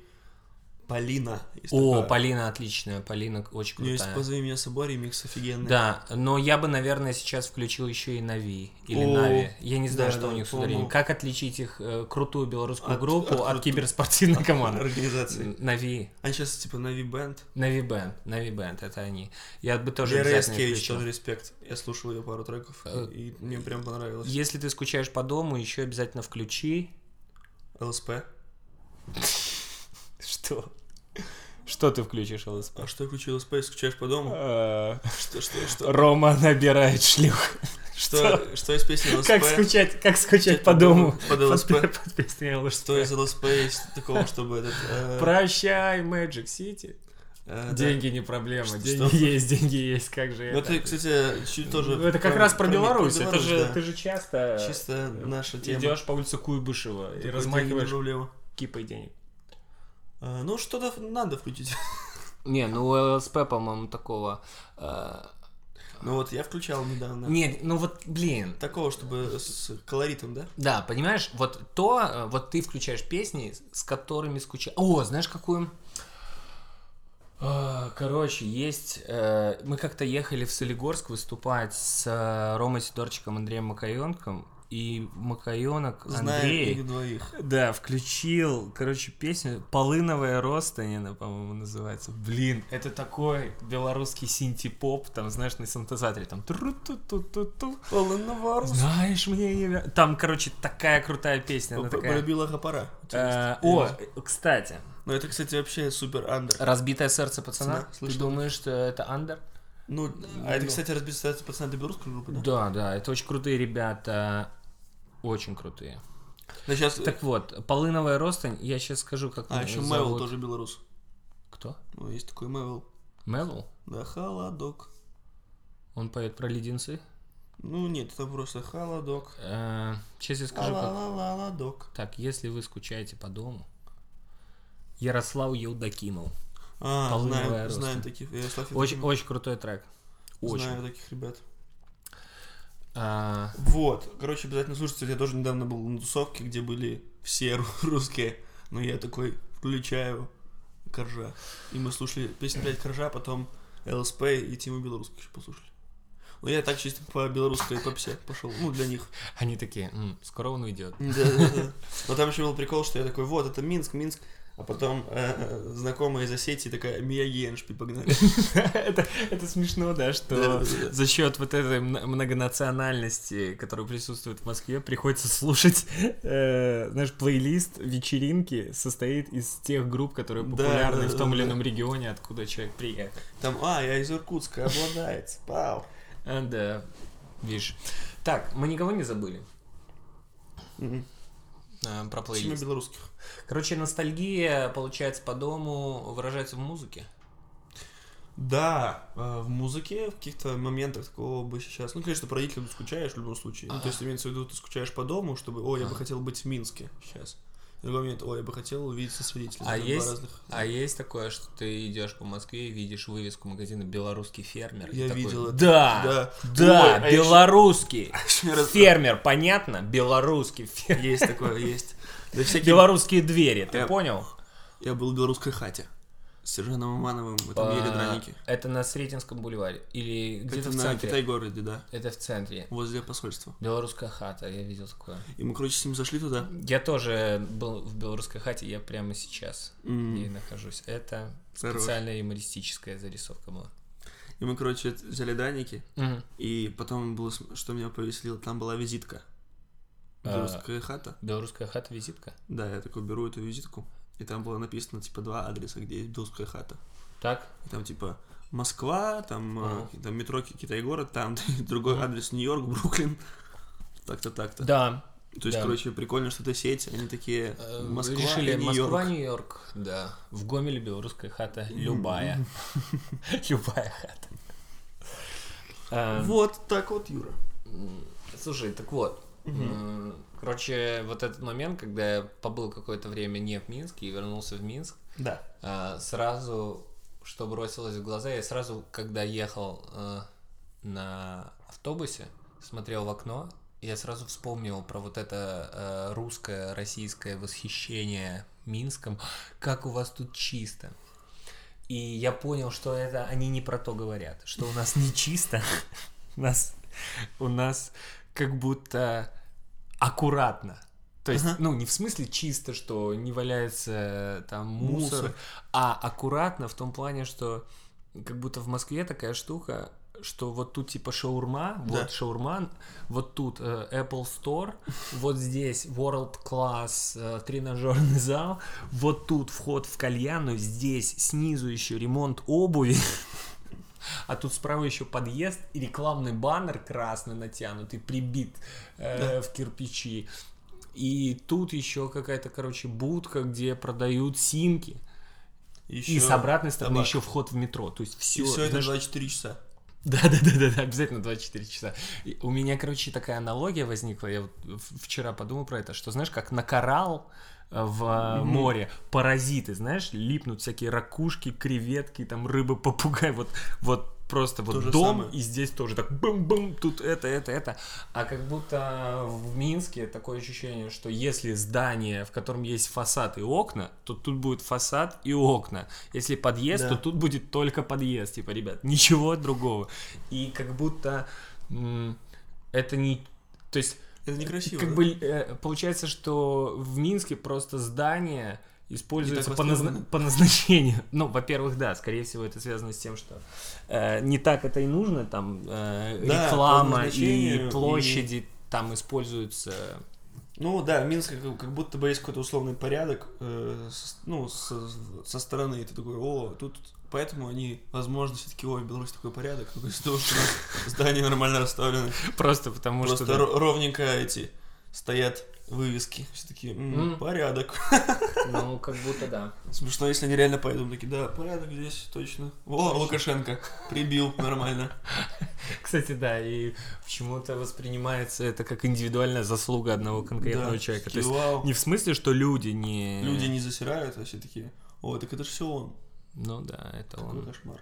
Speaker 2: Полина. есть
Speaker 1: О,
Speaker 2: такая.
Speaker 1: Полина отличная, Полина очень
Speaker 2: У нее есть
Speaker 1: крутая.
Speaker 2: «Позови меня с собой» ремикс офигенный.
Speaker 1: Да, но я бы, наверное, сейчас включил еще и Нави или
Speaker 2: О,
Speaker 1: Нави. Я не знаю,
Speaker 2: да,
Speaker 1: что
Speaker 2: да,
Speaker 1: у них с
Speaker 2: по-моему.
Speaker 1: ударением. Как отличить их э, крутую белорусскую
Speaker 2: От-
Speaker 1: группу
Speaker 2: от
Speaker 1: от,
Speaker 2: крутой.
Speaker 1: киберспортивной команды?
Speaker 2: Организации.
Speaker 1: Нави,
Speaker 2: Они сейчас типа Нави Бенд.
Speaker 1: Нави Бенд, Нави Бенд, это они. Я бы тоже
Speaker 2: Лера
Speaker 1: обязательно их
Speaker 2: Яскевич
Speaker 1: включил.
Speaker 2: тоже респект. Я слушал ее пару треков,
Speaker 1: Э,
Speaker 2: и мне прям понравилось.
Speaker 1: Если ты скучаешь по дому, еще обязательно включи.
Speaker 2: ЛСП.
Speaker 1: Что? Что ты включишь, ЛСП?
Speaker 2: А что я включил ЛСП, скучаешь по дому?
Speaker 1: А
Speaker 2: Что, что, что?
Speaker 1: Рома набирает шлюх.
Speaker 2: Что, что из песни ЛСП?
Speaker 1: А Как скучать, как скучать
Speaker 2: Что-то
Speaker 1: по дому?
Speaker 2: Под ЛСП.
Speaker 1: Под- под песней LSP.
Speaker 2: Что из ЛСП есть такого, чтобы этот... э,
Speaker 1: Прощай, Magic City.
Speaker 2: э, да.
Speaker 1: Деньги не проблема.
Speaker 2: Что-
Speaker 1: Деньги
Speaker 2: что?
Speaker 1: есть, деньги есть, как же
Speaker 2: Ну,
Speaker 1: это?
Speaker 2: ты, кстати, чуть тоже...
Speaker 1: Ну, это как раз про Беларусь. Это
Speaker 2: Беларусь,
Speaker 1: же
Speaker 2: да.
Speaker 1: ты э, же часто
Speaker 2: Чисто наша тема.
Speaker 1: идешь по улице Куйбышева и
Speaker 2: Такой
Speaker 1: размахиваешь
Speaker 2: тень Рублева.
Speaker 1: кипой денег.
Speaker 2: А, Ну, что-то ф- надо включить. [laughs]
Speaker 1: Не, ну у ЛСП, по-моему, такого. э,
Speaker 2: Ну вот, я включал недавно.
Speaker 1: Нет, ну вот, блин,
Speaker 2: Такого, чтобы с колоритом, да?
Speaker 1: Да, понимаешь, вот то, э, вот ты включаешь песни, с которыми скучаешь. О, знаешь, какую? А, Короче, есть... э, Мы как-то ехали в Солигорск выступать с э, Ромой Сидорчиком, Андреем Макаенком, и Макаенок
Speaker 2: Знаю
Speaker 1: Андрей.
Speaker 2: их двоих.
Speaker 1: Да, включил, короче, песню «Полыновая Ростанина», по-моему, называется. Блин, это такой белорусский синти-поп, там, знаешь, на синтезаторе, там... тру-ту-ту-ту-ту.
Speaker 2: Полоноворус.
Speaker 1: Знаешь, мне... не вя- Там, короче, такая крутая песня, она такая...
Speaker 2: Полюбила Хапара.
Speaker 1: Э, О, кстати,
Speaker 2: Ну это, кстати, вообще супер андер.
Speaker 1: «Разбитое сердце пацана»,
Speaker 2: Сна-
Speaker 1: ты
Speaker 2: слышал?
Speaker 1: думаешь, что это андер?
Speaker 2: Ну, а это, кстати, разбивается пацаны до белорусской группы, да?
Speaker 1: Да, да, это очень крутые ребята, очень крутые.
Speaker 2: Да сейчас...
Speaker 1: Так вот, «Полыновая Ростань», я сейчас скажу, как
Speaker 2: А,
Speaker 1: их
Speaker 2: еще
Speaker 1: зовут.
Speaker 2: Мэвел тоже белорус.
Speaker 1: Кто?
Speaker 2: Ну, есть такой Мэвел.
Speaker 1: Мэвел?
Speaker 2: Да, холодок.
Speaker 1: Он поет про леденцы?
Speaker 2: Ну, нет, это просто холодок.
Speaker 1: Э, Сейчас я скажу, как...
Speaker 2: Ла-ла-ла-ладок.
Speaker 1: Так, если вы скучаете по дому... Ярослав Евдокимов.
Speaker 2: А,
Speaker 1: Полыновая
Speaker 2: знаем,
Speaker 1: роста.
Speaker 2: знаем таких. э, Ярослав
Speaker 1: Очень,
Speaker 2: Евдокимов.
Speaker 1: очень крутой трек. Очень.
Speaker 2: Знаю таких ребят.
Speaker 1: А,
Speaker 2: Вот, короче, обязательно слушайте. Я тоже недавно был на тусовке, где были все ру- [laughs] русские. Но я такой включаю Коржа. И мы слушали песню 5 Коржа, а потом ЛСП и Тиму Белорусских еще послушали. Ну, я так чисто по белорусской попсе пошел. Ну,
Speaker 1: [laughs]
Speaker 2: для них.
Speaker 1: Они такие, «М, скоро он
Speaker 2: [laughs]
Speaker 1: уйдет.
Speaker 2: Да-да-да. Но там еще был прикол, что я такой, вот, это Минск, Минск. А потом э, знакомая из Осетии такая, Мияги Эншпи, погнали.
Speaker 1: это, это смешно, да, что
Speaker 2: Да-да-да.
Speaker 1: за счет вот этой мно- многонациональности, которая присутствует в Москве, приходится слушать, э, знаешь, плейлист вечеринки состоит из тех групп, которые
Speaker 2: Да,
Speaker 1: популярны в том или
Speaker 2: да-да-да.
Speaker 1: ином регионе, откуда человек приехал.
Speaker 2: Там, а, я из Иркутска, обладается, пау.
Speaker 1: А, да, видишь. Так, мы никого не забыли
Speaker 2: Мгм.
Speaker 1: а, про
Speaker 2: Тима
Speaker 1: плейлист.
Speaker 2: белорусских.
Speaker 1: Короче, ностальгия, получается, по дому выражается в музыке.
Speaker 2: Да, э, в музыке в каких-то моментах такого бы сейчас... Ну, конечно, по родителям ты скучаешь в любом случае. Ну, то есть имеется в виду, ты скучаешь по дому, чтобы, о, я бы хотел быть в Минске сейчас. В другой момент, о, я бы хотел увидеться с родителями.
Speaker 1: А
Speaker 2: Это два
Speaker 1: есть-
Speaker 2: разных- [laughs]
Speaker 1: А есть такое, что ты идешь по Москве и видишь вывеску магазина «Белорусский фермер». и
Speaker 2: Я
Speaker 1: такой,
Speaker 2: видел это.
Speaker 1: Да,
Speaker 2: Да.
Speaker 1: да,
Speaker 2: Ой, а ещё- [laughs]
Speaker 1: белорусский
Speaker 2: Ещё раз-
Speaker 1: фермер, понятно? Белорусский фермер.
Speaker 2: Есть такое, есть. Да всякие...
Speaker 1: Белорусские двери, ты
Speaker 2: Я-
Speaker 1: понял?
Speaker 2: Я был в белорусской хате. С Сержаном Имановым, мы там ели
Speaker 1: А,
Speaker 2: драники.
Speaker 1: Это на Сретенском бульваре или где-то
Speaker 2: Это
Speaker 1: в
Speaker 2: на
Speaker 1: центре?
Speaker 2: Китай-городе, да.
Speaker 1: Это в центре.
Speaker 2: Возле посольства.
Speaker 1: Белорусская хата, я видел такое.
Speaker 2: И мы, короче, с ним зашли туда.
Speaker 1: Я тоже был в белорусской хате, я прямо сейчас в
Speaker 2: М.
Speaker 1: ней нахожусь. Это
Speaker 2: Здорово.
Speaker 1: специальная юмористическая зарисовка была.
Speaker 2: И мы, короче, взяли драники. И потом было, см- что меня повеселило, там была визитка.
Speaker 1: А.
Speaker 2: Белорусская хата.
Speaker 1: Белорусская хата визитка.
Speaker 2: Да, я такой беру эту визитку, и там было написано, типа, два адреса, где есть белорусская хата.
Speaker 1: Так?
Speaker 2: И там, типа, Москва, там, э,
Speaker 1: Ага.
Speaker 2: там метро Ки- Китай-город, там [laughs] другой адрес Нью-Йорк, Бруклин, так-то, так-то.
Speaker 1: Да.
Speaker 2: То есть,
Speaker 1: да.
Speaker 2: короче, прикольно, что это сеть, они такие,
Speaker 1: Э,
Speaker 2: Москва
Speaker 1: Решили
Speaker 2: и Нью-Йорк.
Speaker 1: Москва, Нью-Йорк. Да. В Гомеле белорусская хата.
Speaker 2: [laughs]
Speaker 1: Любая. Любая хата. А,
Speaker 2: Вот так вот, Юра.
Speaker 1: м, Слушай, так вот. м, Короче, вот этот момент, когда я побыл какое-то время не в Минске и вернулся в Минск,
Speaker 2: Да.
Speaker 1: А, сразу, что бросилось в глаза, я сразу, когда ехал э, на автобусе, смотрел в окно, я сразу вспомнил про вот это э, русское, российское восхищение Минском, как у вас тут чисто. И я понял, что это они не про то говорят, что у нас не чисто, [laughs] у нас, у нас как будто аккуратно. То есть,
Speaker 2: Ага.
Speaker 1: ну, не в смысле чисто, что не валяется э, там мусор,
Speaker 2: Мусор.
Speaker 1: а аккуратно в том плане, что как будто в Москве такая штука, что вот тут типа шаурма, вот шаурман, вот тут э, Apple Store, вот здесь World Class э, тренажерный зал, вот тут вход в кальяну, здесь снизу еще ремонт обуви, [laughs] а тут справа еще подъезд и рекламный баннер красный натянутый, прибит э, в кирпичи. И тут еще какая-то, короче, будка, где продают симки.
Speaker 2: Еще...
Speaker 1: И с обратной стороны
Speaker 2: табак.
Speaker 1: еще вход в метро. То есть все.
Speaker 2: И все
Speaker 1: [laughs]
Speaker 2: это 24 часа.
Speaker 1: Да, да, да, да, да, обязательно 24 часа. И у меня, короче, такая аналогия возникла. Я вот в- вчера подумал про это, что знаешь, как на коралл э, в э, море паразиты, знаешь, липнут всякие ракушки, креветки, там рыбы, [laughs] попугай, вот, вот просто вот
Speaker 2: То же
Speaker 1: дом,
Speaker 2: самое.
Speaker 1: и здесь тоже так бум-бум, тут это, это, это. А как будто в Минске такое ощущение, что если здание, в котором есть фасад и окна, то тут будет фасад и окна. Если подъезд,
Speaker 2: Да.
Speaker 1: то тут будет только подъезд. Типа, ребят, ничего другого. И как будто м, это не... То есть
Speaker 2: Это некрасиво.
Speaker 1: Как
Speaker 2: да?
Speaker 1: бы э, получается, что в Минске просто здание используется
Speaker 2: Не так
Speaker 1: по, назна-
Speaker 2: востребовано.
Speaker 1: по назначению. [laughs] Ну, во-первых, да, скорее всего, это связано с тем, что э, не так это и нужно, там э,
Speaker 2: Да, по
Speaker 1: реклама и
Speaker 2: назначению,
Speaker 1: площади там используются.
Speaker 2: Ну да, Минск как, как будто бы есть какой-то условный порядок, э, с- ну, со, со стороны, и ты такой, о, тут... Поэтому они, возможно, все-таки, ой, в Беларуси такой порядок, только из-за того, что
Speaker 1: [laughs]
Speaker 2: у нас здания нормально расставлены,
Speaker 1: Просто потому
Speaker 2: просто
Speaker 1: что... да.
Speaker 2: ро- ровненько эти стоят вывески, все таки
Speaker 1: М.
Speaker 2: порядок. [laughs]
Speaker 1: [laughs] Ну, как будто да.
Speaker 2: Смешно, если они реально пойдут, такие, да, порядок здесь, точно. О, Лукашенко, прибил,
Speaker 1: [laughs]
Speaker 2: нормально.
Speaker 1: Кстати, да, и почему-то воспринимается это как индивидуальная заслуга одного конкретного
Speaker 2: Да,
Speaker 1: человека. То
Speaker 2: такие,
Speaker 1: есть
Speaker 2: «Вау».
Speaker 1: не в смысле, что люди не...
Speaker 2: Люди не засирают, а все такие, о, так это же все он.
Speaker 1: Ну да, это
Speaker 2: Какой
Speaker 1: он,
Speaker 2: кошмар.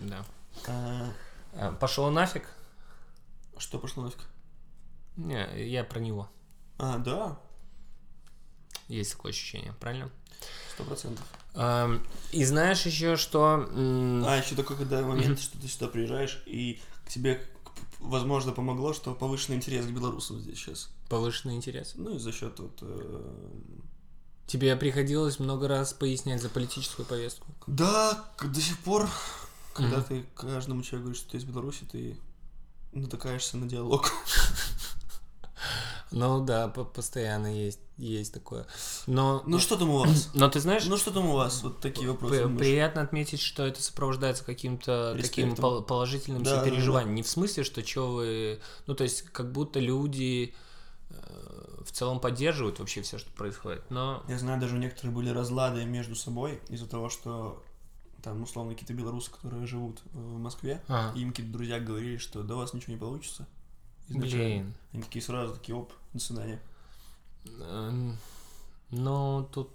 Speaker 1: да.
Speaker 2: А,
Speaker 1: А, Пошел нафиг?
Speaker 2: Что пошло нафиг?
Speaker 1: Не, я про него.
Speaker 2: А, да,
Speaker 1: Есть такое ощущение, правильно?
Speaker 2: сто процентов.
Speaker 1: Эм, И знаешь еще, что... м,
Speaker 2: А еще такой когда момент, что ты сюда приезжаешь, и к тебе, к- возможно, помогло, что повышенный интерес к белорусам здесь сейчас.
Speaker 1: Повышенный интерес.
Speaker 2: Ну и за счет вот... э,
Speaker 1: Тебе приходилось много раз пояснять за политическую повестку.
Speaker 2: Да, к- до сих пор, когда
Speaker 1: Мгм.
Speaker 2: ты каждому человеку говоришь, что ты из Беларуси, ты натыкаешься на диалог.
Speaker 1: [laughs] Ну да, по- постоянно есть, есть такое. Но,
Speaker 2: Ну что там у вас?
Speaker 1: но ты знаешь,
Speaker 2: Ну что там у вас? Вот такие вопросы.
Speaker 1: п-
Speaker 2: думаешь.
Speaker 1: приятно отметить, что это сопровождается каким-то таким
Speaker 2: Респектом.
Speaker 1: пол- положительным
Speaker 2: Да, да, да.
Speaker 1: сопереживанием. Не в смысле, что чё вы... Ну то есть как будто люди э, в целом поддерживают вообще все, что происходит. Но
Speaker 2: Я знаю, даже некоторые были разлады между собой из-за того, что там, условно, какие-то белорусы, которые живут э, в Москве,
Speaker 1: А,
Speaker 2: и им какие-то друзья говорили, что да у вас ничего не получится. изначально.
Speaker 1: блин.
Speaker 2: Они такие сразу такие, оп, до свидания.
Speaker 1: Эм, Ну, тут,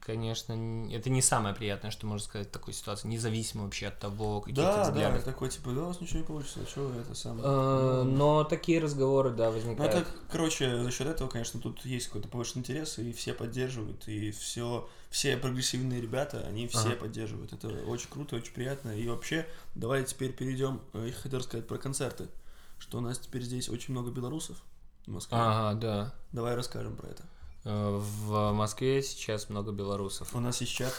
Speaker 1: конечно, н- это не самое приятное, что можно сказать в такой ситуации, независимо вообще от того, какие
Speaker 2: Да,
Speaker 1: то
Speaker 2: да,
Speaker 1: взглядов.
Speaker 2: такой, типа, да, у вас ничего не получится, что вы это самое.
Speaker 1: Э,
Speaker 2: Ну,
Speaker 1: Но такие разговоры, да,
Speaker 2: ну, это,
Speaker 1: возникают.
Speaker 2: короче, за счет этого, конечно, тут есть какой-то повышенный интерес, и все поддерживают, и все, все прогрессивные ребята, они все
Speaker 1: Ага.
Speaker 2: поддерживают. Это очень круто, очень приятно. И вообще, давай теперь перейдем, я хотел рассказать про концерты, что у нас теперь здесь очень много белорусов в Москве.
Speaker 1: Ага, да.
Speaker 2: Давай расскажем про это.
Speaker 1: Э, В Москве сейчас много
Speaker 2: [laughs]
Speaker 1: белорусов.
Speaker 2: У нас есть чат.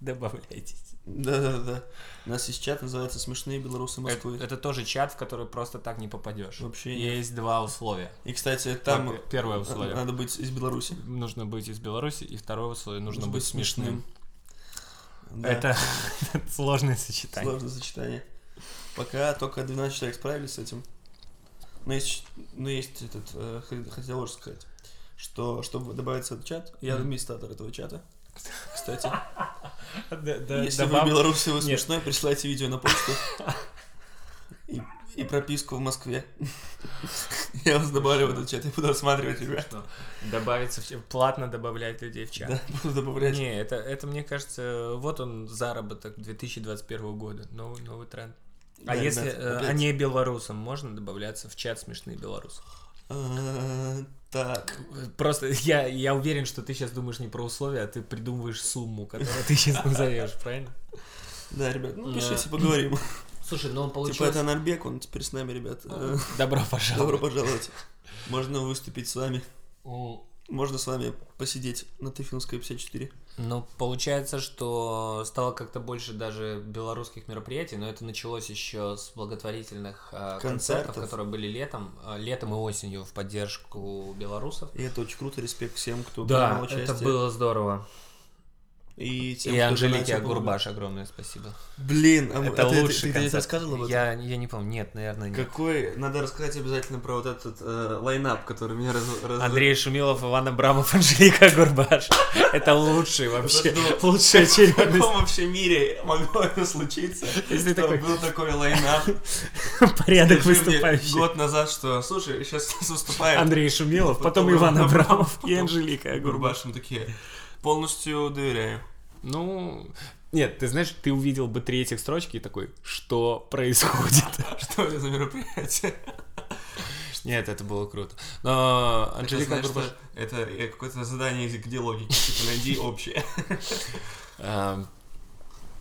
Speaker 1: Добавляйтесь.
Speaker 2: Да-да-да. У нас есть чат, называется «Смешные белорусы
Speaker 1: Это,
Speaker 2: Москвы».
Speaker 1: это тоже чат, в который просто так не попадешь.
Speaker 2: Вообще нет.
Speaker 1: Есть два условия.
Speaker 2: И, кстати, там... а,
Speaker 1: Во- Первое условие.
Speaker 2: Надо быть из Беларуси.
Speaker 1: Нужно быть из Беларуси, и второе условие нужно быть смешным.
Speaker 2: Да,
Speaker 1: Это [laughs] сложное сочетание.
Speaker 2: сложное сочетание. Пока только 12 человек справились с этим. Но есть, но есть этот, э, хот- хотел уже сказать, что чтобы добавиться в этот чат, я
Speaker 1: Мгм.
Speaker 2: администратор этого чата. Кстати,
Speaker 1: Да, да,
Speaker 2: если
Speaker 1: добав-
Speaker 2: вы белорусы, вы
Speaker 1: Нет.
Speaker 2: смешной, присылайте видео на почту [laughs] и, и прописку в Москве. [laughs] Я вас добавлю в этот чат, я буду рассматривать ребят.
Speaker 1: [laughs] Что? Добавиться в ч- платно добавлять людей в чат.
Speaker 2: Да, буду добавлять.
Speaker 1: Не, это, это, мне кажется, вот он заработок 2021 года, новый, новый тренд. А
Speaker 2: Да,
Speaker 1: если
Speaker 2: ребят,
Speaker 1: э,
Speaker 2: опять.
Speaker 1: а не белорусам, можно добавляться в чат смешные белорусы?
Speaker 2: Э, Так.
Speaker 1: Просто я, я уверен, что ты сейчас думаешь не про условия, а ты придумываешь сумму, которую ты сейчас назовешь, правильно?
Speaker 2: Да, ребят, ну
Speaker 1: Да. [laughs]
Speaker 2: пишите, поговорим.
Speaker 1: Слушай, ну
Speaker 2: Типа
Speaker 1: получилось... А.
Speaker 2: это Нарбек, он теперь с нами, ребят. Э,
Speaker 1: Добро пожаловать.
Speaker 2: Добро пожаловать. Можно выступить с вами.
Speaker 1: М,
Speaker 2: Можно с вами посидеть на Тыфинской 54.
Speaker 1: Ну, получается, что стало как-то больше даже белорусских мероприятий, но это началось еще с благотворительных э, концертов,
Speaker 2: Концертов.
Speaker 1: которые были летом, э, летом и осенью в поддержку белорусов.
Speaker 2: И это очень круто, респект всем, кто
Speaker 1: Да,
Speaker 2: принимал участие.
Speaker 1: это было здорово.
Speaker 2: И, тем,
Speaker 1: и
Speaker 2: кто
Speaker 1: Анжелике
Speaker 2: донатил,
Speaker 1: Агурбаш огромное спасибо.
Speaker 2: Блин, а
Speaker 1: это
Speaker 2: а ты-
Speaker 1: лучший
Speaker 2: ты- ты,
Speaker 1: концерт.
Speaker 2: рассказывал об этом?
Speaker 1: Я, я не помню, нет, наверное, нет.
Speaker 2: Какой? Надо рассказать обязательно про вот этот э, лайнап, который меня раз... раз-
Speaker 1: Андрей Шумилов, Иван Абрамов, [laughs] Анжелика Агурбаш. Это лучший вообще,
Speaker 2: Подумал.
Speaker 1: лучшая
Speaker 2: [laughs] В
Speaker 1: очередность.
Speaker 2: каком вообще мире могло это случиться?
Speaker 1: Если
Speaker 2: Чтобы
Speaker 1: такой-
Speaker 2: был
Speaker 1: [laughs]
Speaker 2: такой лайнап.
Speaker 1: Порядок
Speaker 2: Скажи мне
Speaker 1: выступающих.
Speaker 2: Год назад, что, слушай, [laughs] сейчас выступает
Speaker 1: Андрей Шумилов, потом
Speaker 2: Потом
Speaker 1: Иван
Speaker 2: Иван
Speaker 1: Абрамов
Speaker 2: Абрамов,
Speaker 1: и
Speaker 2: потом
Speaker 1: Анжелика Агурбаш.
Speaker 2: Гурбашем такие. Полностью доверяю. [laughs]
Speaker 1: Ну, нет, ты знаешь, ты увидел бы три этих строчки и такой, что происходит? [laughs]
Speaker 2: Что это за мероприятие?
Speaker 1: Нет, это было круто. Но а Анжелика
Speaker 2: это,
Speaker 1: Агурбаш...
Speaker 2: знаешь, что это э, какое-то задание, где логика, типа найди общее.
Speaker 1: Эм,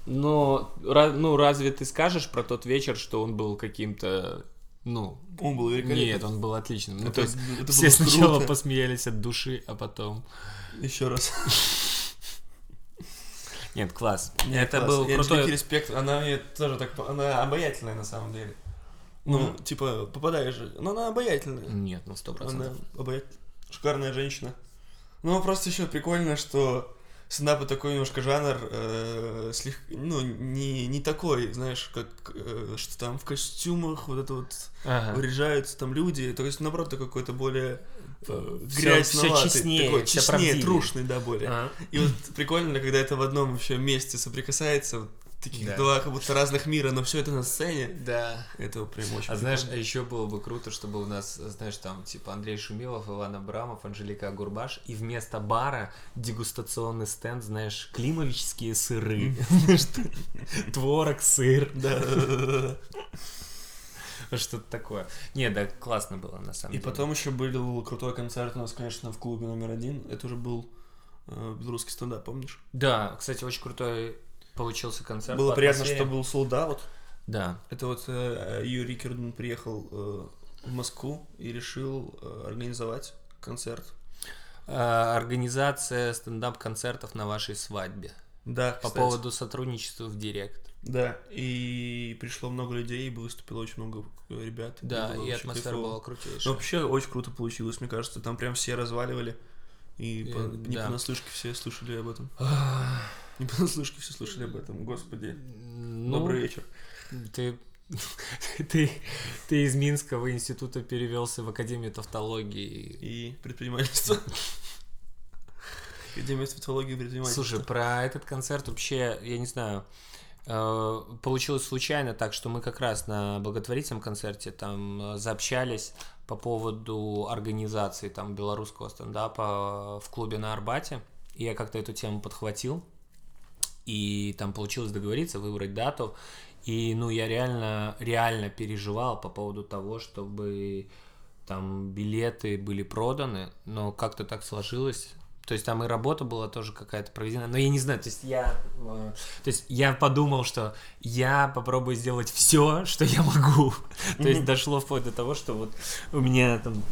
Speaker 1: Но, ра- ну, разве ты скажешь про тот вечер, что он был каким-то Ну,
Speaker 2: Он был великолепен.
Speaker 1: нет, он был
Speaker 2: [laughs]
Speaker 1: отличным. Ну,
Speaker 2: Это-
Speaker 1: то есть,
Speaker 2: это было
Speaker 1: все сначала
Speaker 2: круто.
Speaker 1: посмеялись от души, а потом...
Speaker 2: Еще раз.
Speaker 1: Нет, класс.
Speaker 2: Нет,
Speaker 1: это
Speaker 2: класс.
Speaker 1: был
Speaker 2: И
Speaker 1: крутой...
Speaker 2: Анжелике респект, она мне тоже так... по- Она обаятельная на самом деле. Ну,
Speaker 1: Мгм.
Speaker 2: типа, попадаешь же. Но она обаятельная.
Speaker 1: Нет, ну сто
Speaker 2: Она
Speaker 1: процентов.
Speaker 2: обаятельная. Шикарная женщина. Ну, просто еще прикольно, что стендап это такой немножко жанр, э, слег- ну, не, не такой, знаешь, как э, что там в костюмах вот это вот
Speaker 1: Ага.
Speaker 2: выряжаются там люди. То есть, наоборот, такой какой-то более э,
Speaker 1: Всё-
Speaker 2: грязноватый,
Speaker 1: всё честнее,
Speaker 2: такой
Speaker 1: всё
Speaker 2: честнее,
Speaker 1: правдивее.
Speaker 2: трушный, да, более.
Speaker 1: Ага.
Speaker 2: И вот прикольно, когда это в одном еще месте соприкасается, вот таких
Speaker 1: Да.
Speaker 2: два как будто разных мира, но все это на сцене.
Speaker 1: Да.
Speaker 2: Это прям очень
Speaker 1: А знаешь, а еще было бы круто, чтобы у нас, знаешь, там, типа, Андрей Шумилов, Иван Абрамов, Анжелика Гурбаш, и вместо бара дегустационный стенд, знаешь, климовические сыры. [laughs] Знаешь, т- Творог, сыр,
Speaker 2: Да, да, да, да, да.
Speaker 1: что-то такое. Не, да, классно было, на самом
Speaker 2: И
Speaker 1: деле.
Speaker 2: потом еще был крутой концерт у нас, конечно, в клубе номер один. Это уже был э, белорусский стендап, помнишь?
Speaker 1: Да, кстати, очень крутой получился концерт.
Speaker 2: Было
Speaker 1: по
Speaker 2: приятно, что
Speaker 1: атмосфере.
Speaker 2: был солдат.
Speaker 1: Да.
Speaker 2: Это вот э, Юрий Кирдун приехал э, в Москву и решил э, организовать концерт.
Speaker 1: А, Организация стендап-концертов на вашей свадьбе.
Speaker 2: Да,
Speaker 1: По
Speaker 2: кстати.
Speaker 1: поводу сотрудничества в Директ.
Speaker 2: Да, и пришло много людей, и выступило очень много э, ребят.
Speaker 1: Да,
Speaker 2: было
Speaker 1: и
Speaker 2: вообще
Speaker 1: атмосфера
Speaker 2: кайфово.
Speaker 1: была
Speaker 2: Ну,
Speaker 1: крутейшая.
Speaker 2: Вообще очень круто получилось, мне кажется. Там прям все разваливали. И
Speaker 1: Э,
Speaker 2: по- не
Speaker 1: да.
Speaker 2: понаслышке все слышали об этом. Не понаслышке все слышали об этом. Господи.
Speaker 1: Ну,
Speaker 2: Добрый вечер.
Speaker 1: Ты, [laughs] ты, ты из Минского института перевелся в Академию тавтологии.
Speaker 2: И предпринимательство. [laughs] Академия стоматологии и предпринимательства.
Speaker 1: Слушай, про этот концерт вообще, я не знаю, э, получилось случайно так, что мы как раз на благотворительном концерте там э, заобщались по поводу организации там белорусского стендапа в клубе на Арбате. И я как-то эту тему подхватил. И там получилось договориться, выбрать дату. И, ну, я реально, реально переживал по поводу того, чтобы там билеты были проданы, но как-то так сложилось. То есть там и работа была тоже какая-то проведена, но я не знаю, то есть я, э, то есть я подумал, что я попробую сделать все, что я могу. [laughs] То есть дошло вплоть до того, что вот у меня там